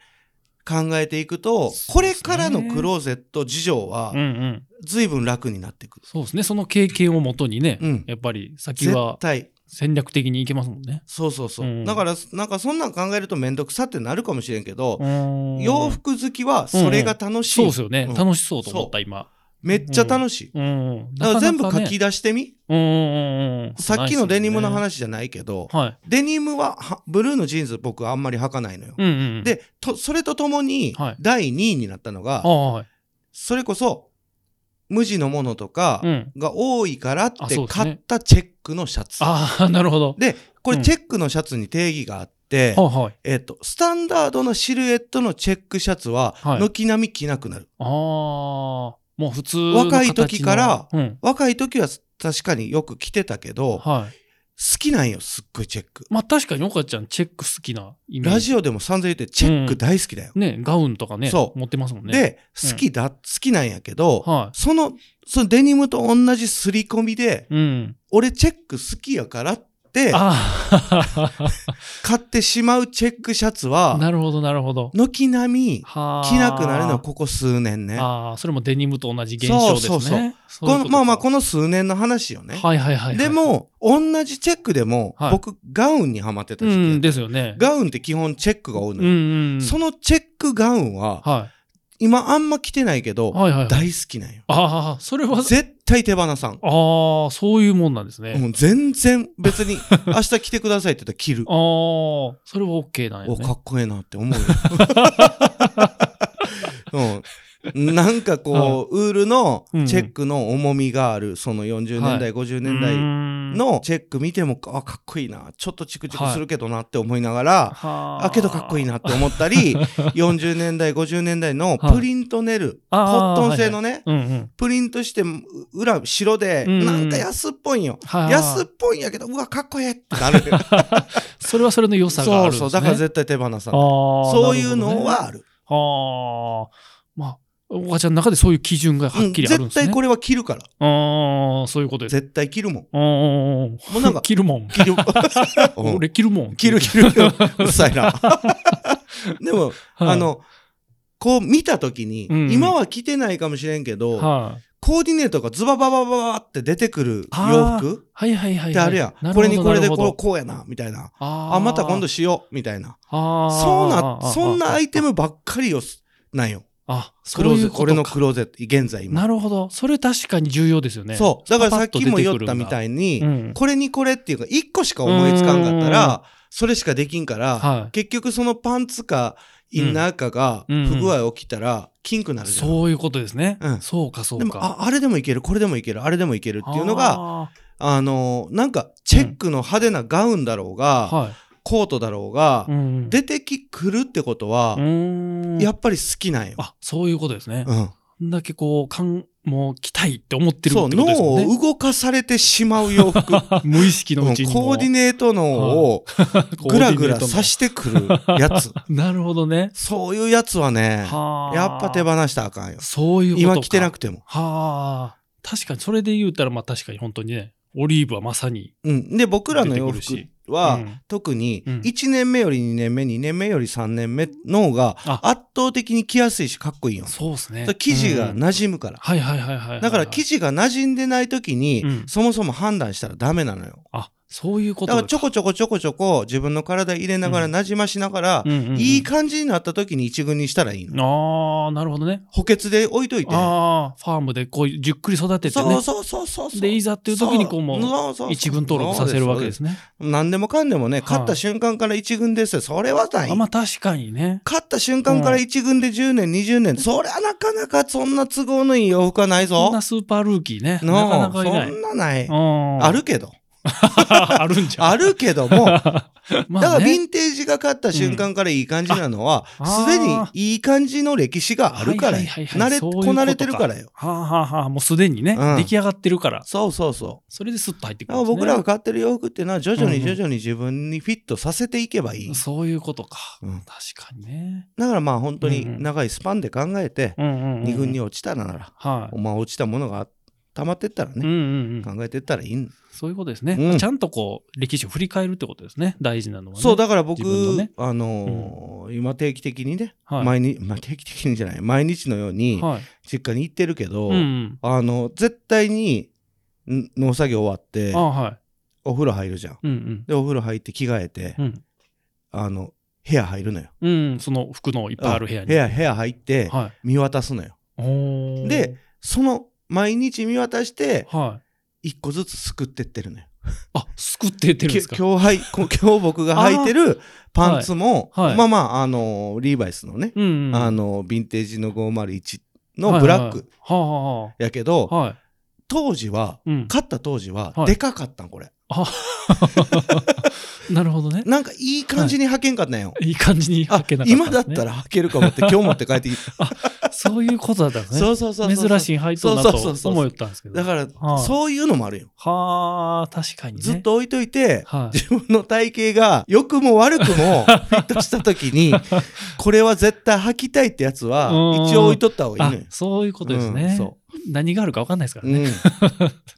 Speaker 3: 考えていくと、
Speaker 2: そ
Speaker 3: こ
Speaker 2: うで
Speaker 3: れ
Speaker 2: すね
Speaker 3: からのクローゼット事情は
Speaker 2: うんうん。
Speaker 3: 随分楽になってくる。
Speaker 2: そうですね。その経験をもとにね、
Speaker 3: うん
Speaker 2: やっぱり先
Speaker 3: 絶
Speaker 2: は
Speaker 3: 対。
Speaker 2: 戦略的にいけますもんね。
Speaker 3: そうそうそう。
Speaker 2: うん
Speaker 3: だから、なんかそんなん考えるとめんどくさってなるかもしれんけど、洋
Speaker 2: 洋
Speaker 3: 服好きはそれが楽しい。
Speaker 2: そうですよね、
Speaker 3: うん
Speaker 2: 楽しそうと思った今。
Speaker 3: めっちゃ楽しい。
Speaker 2: うん。
Speaker 3: だから全部
Speaker 2: な
Speaker 3: 書
Speaker 2: なね
Speaker 3: き出してみ。
Speaker 2: うんうんうん。
Speaker 3: さっきのデニムの
Speaker 2: ないっ
Speaker 3: 話じゃないけど
Speaker 2: す、よね。はい。
Speaker 3: デニムははブルーのジーンズ僕あんまり履かないのよ。
Speaker 2: うんうん。、
Speaker 3: でとそれとともに
Speaker 2: はい
Speaker 3: 第2位になったのが、
Speaker 2: はい。
Speaker 3: それこそ無地のものとか
Speaker 2: うん。
Speaker 3: が多いからっ
Speaker 2: あ
Speaker 3: て
Speaker 2: そうですね
Speaker 3: 買ったチェックのシャツ。
Speaker 2: ああ、 なるほど。
Speaker 3: でこ
Speaker 2: うん
Speaker 3: れチェックのシャツに定義があって、
Speaker 2: はいはい。
Speaker 3: えっとスタンダードのシルエットのチェックシャツは
Speaker 2: はい
Speaker 3: 軒並み着なくなる。
Speaker 2: ああ、もう普通の形の
Speaker 3: 若い時から
Speaker 2: うん。
Speaker 3: 若い時は確かによく着てたけど好
Speaker 2: はい。
Speaker 3: きなんよすっごいチェック。
Speaker 2: まあ確かに岡ちゃんチェック好きなイメー
Speaker 3: ラ
Speaker 2: ジ。
Speaker 3: ジオでも散々言ってチェック大好きだよ。
Speaker 2: ね、ガウンとかね、
Speaker 3: そう
Speaker 2: 持ってますもんね。、
Speaker 3: で好きだ、好きなんやけど、
Speaker 2: は
Speaker 3: そのそのデニムと同じ刷り込みで
Speaker 2: い。うん。
Speaker 3: 俺チェック好きやからって
Speaker 2: あ
Speaker 3: 買ってしまうチェックシャツ
Speaker 2: あ、
Speaker 3: は
Speaker 2: なるほど、なるほど。
Speaker 3: 軒並み
Speaker 2: はあ。
Speaker 3: 着なくなるのはここ数年ね。
Speaker 2: ああ、それもデニムと同じ現象ですね。
Speaker 3: そうそうそう
Speaker 2: そうい
Speaker 3: こ
Speaker 2: う
Speaker 3: の
Speaker 2: と
Speaker 3: まあまあ
Speaker 2: か
Speaker 3: この数年の話よね。
Speaker 2: はいはいはいはい。
Speaker 3: で、も同じチェックでも、
Speaker 2: はい
Speaker 3: 僕ガウンにはまってた
Speaker 2: う
Speaker 3: 時期、
Speaker 2: ん、ですよね。
Speaker 3: ガウンって基本チェックが多い
Speaker 2: うん
Speaker 3: のよ、
Speaker 2: うん。
Speaker 3: そのチェックガウンは
Speaker 2: は
Speaker 3: 今あんま着てないけど、
Speaker 2: い。はいはいはい。
Speaker 3: 大好きなんよ。
Speaker 2: ああ、それは、
Speaker 3: 絶対手放さん。
Speaker 2: ああ、そういうもんなんですね。
Speaker 3: もう全然別 に明日来てくださいって言ったら着る。
Speaker 2: ああ、それは OK なん
Speaker 3: お
Speaker 2: や、ね。
Speaker 3: かっこええなって思 うよ。うん、なんかこう、ウールのチェックの重みがあるその40年代、
Speaker 2: はい
Speaker 3: 50年代
Speaker 2: の、
Speaker 3: のチェック見てもあかっこいいなちょっとチクチクするけどなって思いながら、
Speaker 2: は
Speaker 3: あけどかっこいいなって思った り40年代50年代の
Speaker 2: はい
Speaker 3: プリントネル、
Speaker 2: あー
Speaker 3: コットン製のね、
Speaker 2: うんうん。
Speaker 3: プリントしてう裏白で
Speaker 2: うん
Speaker 3: なんか安っぽいんよ、
Speaker 2: はい
Speaker 3: 安っぽいんやけどうわかっこええってなる
Speaker 2: それはそれの良さがあるんです、
Speaker 3: そ
Speaker 2: ね。
Speaker 3: うそうだから絶対手放さない
Speaker 2: ああ
Speaker 3: そういうのはある
Speaker 2: はあ、まあ、お母ちゃんの中でそういう基準がはっきりあるん
Speaker 3: うん絶
Speaker 2: ですね。
Speaker 3: 対これは切るから
Speaker 2: ああ、そういうことです。
Speaker 3: 絶対切るもん
Speaker 2: うんうんうん。
Speaker 3: もうなんか
Speaker 2: 切るもん。
Speaker 3: 切るうん
Speaker 2: 俺切るもん。
Speaker 3: 切る 切るうるさいな でも、
Speaker 2: はい
Speaker 3: あ、のこう見た時に、
Speaker 2: うん
Speaker 3: 今は着てないかもしれんけど、
Speaker 2: はい
Speaker 3: コーディネートがズバババババって出てくる洋服
Speaker 2: はいはいはいはい。
Speaker 3: ってあるやん、
Speaker 2: な
Speaker 3: こ
Speaker 2: るほど
Speaker 3: れにこれで
Speaker 2: なるほ
Speaker 3: こ
Speaker 2: ど
Speaker 3: うこうやなみたいな
Speaker 2: あー
Speaker 3: あまた今度しようみたいな
Speaker 2: あー
Speaker 3: そう
Speaker 2: あーあ
Speaker 3: な
Speaker 2: ー
Speaker 3: そんなア
Speaker 2: あー
Speaker 3: イテムばっかりよすなんよ
Speaker 2: あ、
Speaker 3: ク
Speaker 2: そ
Speaker 3: ロ
Speaker 2: う
Speaker 3: ー
Speaker 2: い
Speaker 3: ゼ
Speaker 2: う
Speaker 3: ット
Speaker 2: こ
Speaker 3: 俺
Speaker 2: と
Speaker 3: の
Speaker 2: か
Speaker 3: クローゼット現在今
Speaker 2: なるほど。それ確かに重要ですよね。
Speaker 3: そうだからさっきも言っ
Speaker 2: パパ
Speaker 3: た
Speaker 2: ッ
Speaker 3: み
Speaker 2: と出
Speaker 3: た
Speaker 2: て
Speaker 3: いに
Speaker 2: くるんだ。
Speaker 3: これにこれっていうか1個しか思いつかんかった
Speaker 2: うん
Speaker 3: らそれしかできんか
Speaker 2: うん。
Speaker 3: ら
Speaker 2: は
Speaker 3: 結局そのパンツかインナーかが
Speaker 2: うんうん。
Speaker 3: 不具合起きたらキンクないるじゃん。
Speaker 2: そういうことですね
Speaker 3: う。ん
Speaker 2: そうかそう
Speaker 3: でも
Speaker 2: か。
Speaker 3: ああれでもいけるこれでもいけるあれでもいけるっていうのが
Speaker 2: あ
Speaker 3: あのーなんかチェックの派手なガウンだろう
Speaker 2: ー、
Speaker 3: が
Speaker 2: は
Speaker 3: コートだろうが
Speaker 2: い。うん
Speaker 3: 出てきくるってことは
Speaker 2: うーん
Speaker 3: やっぱり好きなんよ。
Speaker 2: あ、そういうことですね。
Speaker 3: うん
Speaker 2: こんだけこう、かん、もう、来たいって思ってるって
Speaker 3: そ
Speaker 2: こ
Speaker 3: う
Speaker 2: とですもんね。
Speaker 3: 脳を動かされてしまう 洋服うん
Speaker 2: 無意識
Speaker 3: コ
Speaker 2: のうちにも。
Speaker 3: ーディネート脳を
Speaker 2: コー
Speaker 3: ぐ
Speaker 2: ディネ
Speaker 3: ら
Speaker 2: ート
Speaker 3: ぐら
Speaker 2: の
Speaker 3: さしてくるやつ
Speaker 2: なるほどね。
Speaker 3: そういうやつはね
Speaker 2: はあ。
Speaker 3: やっぱ手放したらあかんよ
Speaker 2: そういうことか。
Speaker 3: 今着てな
Speaker 2: く
Speaker 3: くても、
Speaker 2: はあ。確かに、それで言うたら、まあ確かに本当にね、オリーブはまさに。
Speaker 3: うん、で僕らの洋
Speaker 2: 出てく
Speaker 3: 服
Speaker 2: るし
Speaker 3: は、
Speaker 2: うん
Speaker 3: 特に
Speaker 2: うん
Speaker 3: 1年目より2年目2年目より3年目の方が
Speaker 2: あ
Speaker 3: 圧倒的に着やすいしかっこいいよ
Speaker 2: そうですね
Speaker 3: それ。生地が
Speaker 2: うん
Speaker 3: 馴染むから、
Speaker 2: はいはいはいはいはい。
Speaker 3: だから生地
Speaker 2: 地。
Speaker 3: が馴染んでない時に、
Speaker 2: うん
Speaker 3: そもそも判断したらダメなのよ
Speaker 2: あ、そういうこ
Speaker 3: だ
Speaker 2: と
Speaker 3: からちょこちょこちょこちょこ自分の体入れながらなじましながら、いい
Speaker 2: か、
Speaker 3: 感じになった時に一軍にしたらいい
Speaker 2: うんうん
Speaker 3: の。
Speaker 2: ああ、なるほどね。
Speaker 3: 補欠で置いといて。
Speaker 2: ああ、ファームでこういうじっくり育ててね。
Speaker 3: そうそうそうそうそう。
Speaker 2: で、いざっていう時にこうもう
Speaker 3: そうそうそう
Speaker 2: 一軍登録させるわけですね。
Speaker 3: 何でもかんでもね、
Speaker 2: い
Speaker 3: 勝った瞬間から一軍ですよ。それはない
Speaker 2: あ。まあ確かにね。
Speaker 3: 勝った瞬間から一軍で10年、20年。そりゃなかなかそんな都合のいい洋服はない
Speaker 2: こ
Speaker 3: ぞ
Speaker 2: んな。スーパールーキーね。
Speaker 3: の
Speaker 2: なかなかいない
Speaker 3: そ。んなない。
Speaker 2: うん
Speaker 3: あるけど。
Speaker 2: あるんじゃ ん。
Speaker 3: あるけども、だか
Speaker 2: ま
Speaker 3: ら
Speaker 2: あ
Speaker 3: ヴ
Speaker 2: ね
Speaker 3: ィンテージが勝った瞬間からいい感じなのは、
Speaker 2: うんあ
Speaker 3: すでにいい感じの歴史があるからよ。
Speaker 2: はいはいはいはい
Speaker 3: 慣れ、
Speaker 2: そういう
Speaker 3: こ
Speaker 2: ことか
Speaker 3: なれてるからよ。
Speaker 2: はあはあはあ、もうすでにね、
Speaker 3: うん
Speaker 2: 出来上がってるから、
Speaker 3: そうそうそう。
Speaker 2: それでスッと入ってく
Speaker 3: だ
Speaker 2: る
Speaker 3: から
Speaker 2: んですね
Speaker 3: 僕らが買ってる洋服っていうのは徐々
Speaker 2: う
Speaker 3: に
Speaker 2: んうん
Speaker 3: 徐々に自分にフィットさせていけばいい。
Speaker 2: そういうことか。
Speaker 3: うん
Speaker 2: 確かにね。
Speaker 3: だからまあ本当
Speaker 2: うんうん
Speaker 3: に長いスパンで考えて、
Speaker 2: うんうんうん
Speaker 3: 二軍に落ちたらなら、
Speaker 2: はい。
Speaker 3: まあ落ちたものが溜まってったら
Speaker 2: うん
Speaker 3: ね、
Speaker 2: うんうん。
Speaker 3: 考えてったらいいん
Speaker 2: そういうことですね、
Speaker 3: うん
Speaker 2: ちゃんとこう、歴史を振り返るってことですね。大事なのはね。
Speaker 3: そう、だから僕、
Speaker 2: 自分のね
Speaker 3: あのー今定期的にね、
Speaker 2: はい。
Speaker 3: 毎日、まあ、定期的にじゃない、毎日のように
Speaker 2: はい。
Speaker 3: 実家に行ってるけど、
Speaker 2: うんうん。
Speaker 3: あの、絶対にん農作業終わって
Speaker 2: あ、は
Speaker 3: お風呂入るじゃん。
Speaker 2: い。うん
Speaker 3: で、お風呂入って着替えて
Speaker 2: う、ん。
Speaker 3: あの、部屋入るのよ。
Speaker 2: うん。うん。その服のいっぱいある部屋に。
Speaker 3: 部屋、部屋入って、
Speaker 2: はい。
Speaker 3: 見渡すのよ。
Speaker 2: おー
Speaker 3: で、その、毎日見渡して、
Speaker 2: はい。
Speaker 3: 一個ずつすくってってるのよ。
Speaker 2: あ、すくってってるん
Speaker 3: き
Speaker 2: ですか。
Speaker 3: 今日はい、 こ今日僕が履いてるパンツも、
Speaker 2: はいはい
Speaker 3: まあまあ、あのーリーバイスのね、
Speaker 2: うん、うん。
Speaker 3: あのーヴィンテージの501
Speaker 2: は
Speaker 3: の
Speaker 2: い
Speaker 3: ブラック
Speaker 2: はいはい、はあ、は
Speaker 3: やけど、
Speaker 2: あ、はい。
Speaker 3: 当時は、
Speaker 2: うん。
Speaker 3: 買った当時は
Speaker 2: はい、
Speaker 3: でかかったん、これ。
Speaker 2: なるほどね。
Speaker 3: なんかいい感じに履けんかったんよ。
Speaker 2: いい感じに履けな
Speaker 3: あ、
Speaker 2: かった、ね。
Speaker 3: 今だったら履けるかもって、今日持って帰ってきて
Speaker 2: そういうことだったんですね。
Speaker 3: そうそうそうそう。
Speaker 2: 珍
Speaker 3: い。
Speaker 2: しい配当だ
Speaker 3: そうそうそう
Speaker 2: と
Speaker 3: そう
Speaker 2: 思ったんですけど。
Speaker 3: だから、
Speaker 2: はい
Speaker 3: そういうのもあるよ。
Speaker 2: はあ、確かにね。
Speaker 3: ずっ。と置いといて、
Speaker 2: はい。
Speaker 3: 自分の体型が良くも悪くもフィットした時 にこれは絶対履きたいってやつは
Speaker 2: うん
Speaker 3: 一応置いとった方がいい
Speaker 2: あ
Speaker 3: のよ。
Speaker 2: そういうことです
Speaker 3: うん
Speaker 2: ね、
Speaker 3: そ
Speaker 2: 何があるか分かんないですから
Speaker 3: う。
Speaker 2: ね。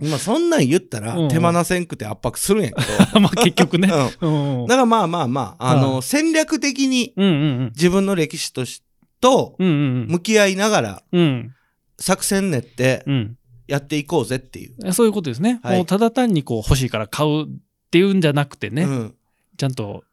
Speaker 3: うん、今そんなん言ったら
Speaker 2: うん
Speaker 3: 手放せんくて圧迫するんやけど、
Speaker 2: まあ結局 ね。
Speaker 3: うん、
Speaker 2: うん。う
Speaker 3: だか
Speaker 2: ん
Speaker 3: らまあまあまあ、あ
Speaker 2: は
Speaker 3: の、戦略的に
Speaker 2: うんうん。
Speaker 3: 自分の歴史とし、と
Speaker 2: うんうん
Speaker 3: 向き合いながら
Speaker 2: うん。
Speaker 3: 作戦練って
Speaker 2: うん。
Speaker 3: やっていこうぜっていう。
Speaker 2: うん。そういうことですね。
Speaker 3: はい
Speaker 2: もうただ単にこう欲しいから買うっていうんじゃなくてね、
Speaker 3: うん、
Speaker 2: ちゃんと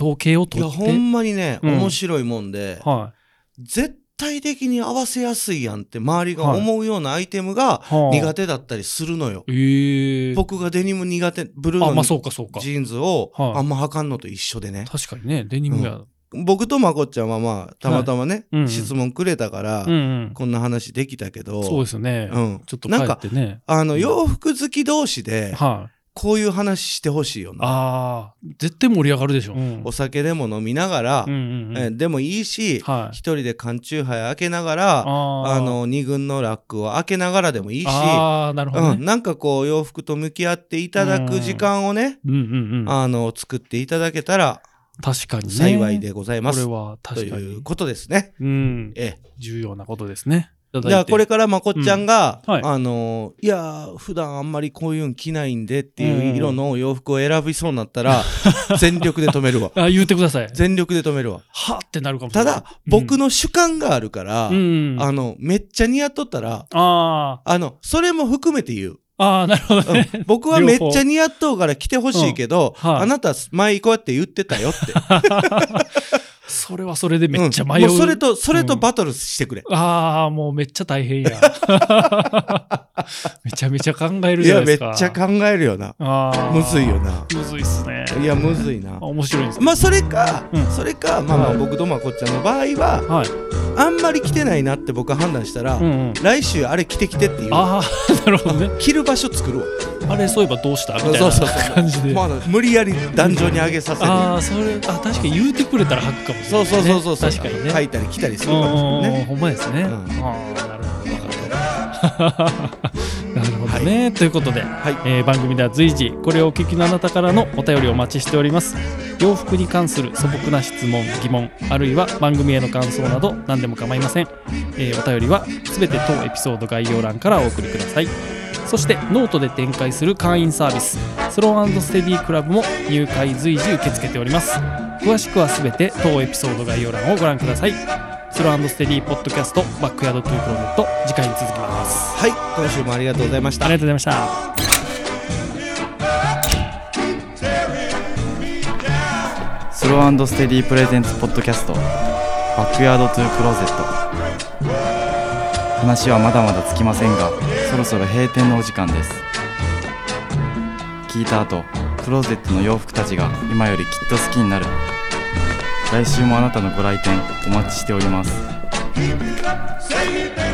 Speaker 2: 統計を
Speaker 3: い
Speaker 2: 取
Speaker 3: や、
Speaker 2: って。
Speaker 3: ほんまにね、
Speaker 2: うん
Speaker 3: 面白いもんで、
Speaker 2: は
Speaker 3: 絶対的に合わせやすいやんって周りが思うようなアイテムが
Speaker 2: い。はあ、
Speaker 3: 苦手だったりするのよ。
Speaker 2: ええ
Speaker 3: 僕がデニム苦手、ブル
Speaker 2: あ、
Speaker 3: ー
Speaker 2: ま
Speaker 3: の
Speaker 2: あそうかそうか。
Speaker 3: ジーンズを
Speaker 2: はい
Speaker 3: あんま履かんのと一緒でね。
Speaker 2: 確かにね、デニムや。
Speaker 3: 僕とまこっちゃんはまあ、たまたまね、
Speaker 2: うんうん
Speaker 3: 質問くれたから、
Speaker 2: うんうん。
Speaker 3: こんな話できたけど、
Speaker 2: そうですよね。
Speaker 3: うん
Speaker 2: ちょっと帰
Speaker 3: なん
Speaker 2: っ
Speaker 3: か、
Speaker 2: てね。
Speaker 3: あ
Speaker 2: う
Speaker 3: の、
Speaker 2: ん
Speaker 3: 洋服好き同士で、
Speaker 2: はい。
Speaker 3: こういう話してほしいよな。
Speaker 2: ああ、絶対盛り上がるでしょ。うん
Speaker 3: お酒でも飲みながら、
Speaker 2: うんうんうん
Speaker 3: えでもいいし、
Speaker 2: はい。
Speaker 3: 一人で缶チューハイ開けながら、
Speaker 2: あー
Speaker 3: あの、二軍のラックを開けながらでもいいし、
Speaker 2: あーなるほど
Speaker 3: う
Speaker 2: ね
Speaker 3: ん、。なんかこう洋服と向き合っていただく時間をね、
Speaker 2: うんうんうん。
Speaker 3: あの、作っていただけたら
Speaker 2: 確かにね。
Speaker 3: 幸いでござい
Speaker 2: こ
Speaker 3: ます。
Speaker 2: れは
Speaker 3: と
Speaker 2: 確か
Speaker 3: いう
Speaker 2: に。
Speaker 3: ことですね。
Speaker 2: うん。
Speaker 3: ええ。
Speaker 2: 重要なことですね。
Speaker 3: じゃあこれからまこっちゃんが、
Speaker 2: うんはい
Speaker 3: あのーいやー、普段あんまりこういうん着ないんでってい
Speaker 2: うん。
Speaker 3: う色のお洋服を選びそうになったら、全力で止めるわ
Speaker 2: あ言ってください。
Speaker 3: 全力で止めるわ。
Speaker 2: はってなるかもしれ
Speaker 3: た
Speaker 2: ない。
Speaker 3: だ、僕の主観があるから、
Speaker 2: うん、うん。
Speaker 3: あの、めっちゃ似合っとったら、
Speaker 2: あ
Speaker 3: あの、それも含めて言う。
Speaker 2: あ、ああ、なるほどね。
Speaker 3: うん僕はめっちゃ似合っとうから来てほしいけど、
Speaker 2: うんはい
Speaker 3: あなた前こうやって言ってたよって。
Speaker 2: それはそれで めっちゃ迷う。
Speaker 3: んもそれと、それと
Speaker 2: うん
Speaker 3: バトルしてくれ。
Speaker 2: ああ、もうめっちゃ大変 や。めちゃめちゃ考える
Speaker 3: い
Speaker 2: じゃな
Speaker 3: や、
Speaker 2: い
Speaker 3: め
Speaker 2: で
Speaker 3: っ
Speaker 2: す
Speaker 3: ち
Speaker 2: か。
Speaker 3: ゃ考えるよな。
Speaker 2: ああ。
Speaker 3: むずいよな。
Speaker 2: むずいっすね。
Speaker 3: いや、むずいな。
Speaker 2: 面白いんですね
Speaker 3: まあ、それか、
Speaker 2: うん
Speaker 3: それか、まあまあ、僕とまこっちゃんの場合は、
Speaker 2: はい。
Speaker 3: あんまり来てないなって僕は判断したら、
Speaker 2: うんうん。
Speaker 3: 来週あれ着てきてっていう。
Speaker 2: ああ、 なるほどね。
Speaker 3: 着る場所作るわ。
Speaker 2: あれ、そういえばどうしたみたい
Speaker 3: そうそう
Speaker 2: な
Speaker 3: そう
Speaker 2: 感じで。
Speaker 3: まあ、無理やり壇上に上げさせる。
Speaker 2: ああ、それ、あ、確かに言うてくれたら吐くかもし
Speaker 3: そう
Speaker 2: れない、ね。
Speaker 3: そうそうそうそう。
Speaker 2: 確かにね。
Speaker 3: 書いたり着たりす
Speaker 2: う
Speaker 3: る
Speaker 2: ん
Speaker 3: かもしれな
Speaker 2: うんう
Speaker 3: い
Speaker 2: ん、
Speaker 3: ね。
Speaker 2: ほんまですね。
Speaker 3: うん
Speaker 2: ああ、なるほど。わか った。なるほどね、ということで、
Speaker 3: はい。
Speaker 2: えー番組では随時これをお聞きのあなたからのお便りをお待ちしております洋服に関する素朴な質問疑問あるいは番組への感想など何でも構いません、えーお便りはすべて当エピソード概要欄からお送りくださいそしてノートで展開する会員サービススローステディクラブも入会随時受け付けております詳しくはすべて当エピソード概要欄をご覧くださいスローステディポッドキャストバックヤードトゥークローゼット次回に続きます
Speaker 3: はい。今週もありがとうございまし
Speaker 2: あ
Speaker 3: た
Speaker 2: り。がとうございました
Speaker 4: Thank
Speaker 1: スローステディプレゼンツポッドキャストバックヤードトゥクローゼット話はまだまだつきませんがそろそろ閉店のお時間です聞いた後クローゼットの洋服たちが今よりきっと好きになる来週もあなたのご来店お待ちしております
Speaker 4: Say it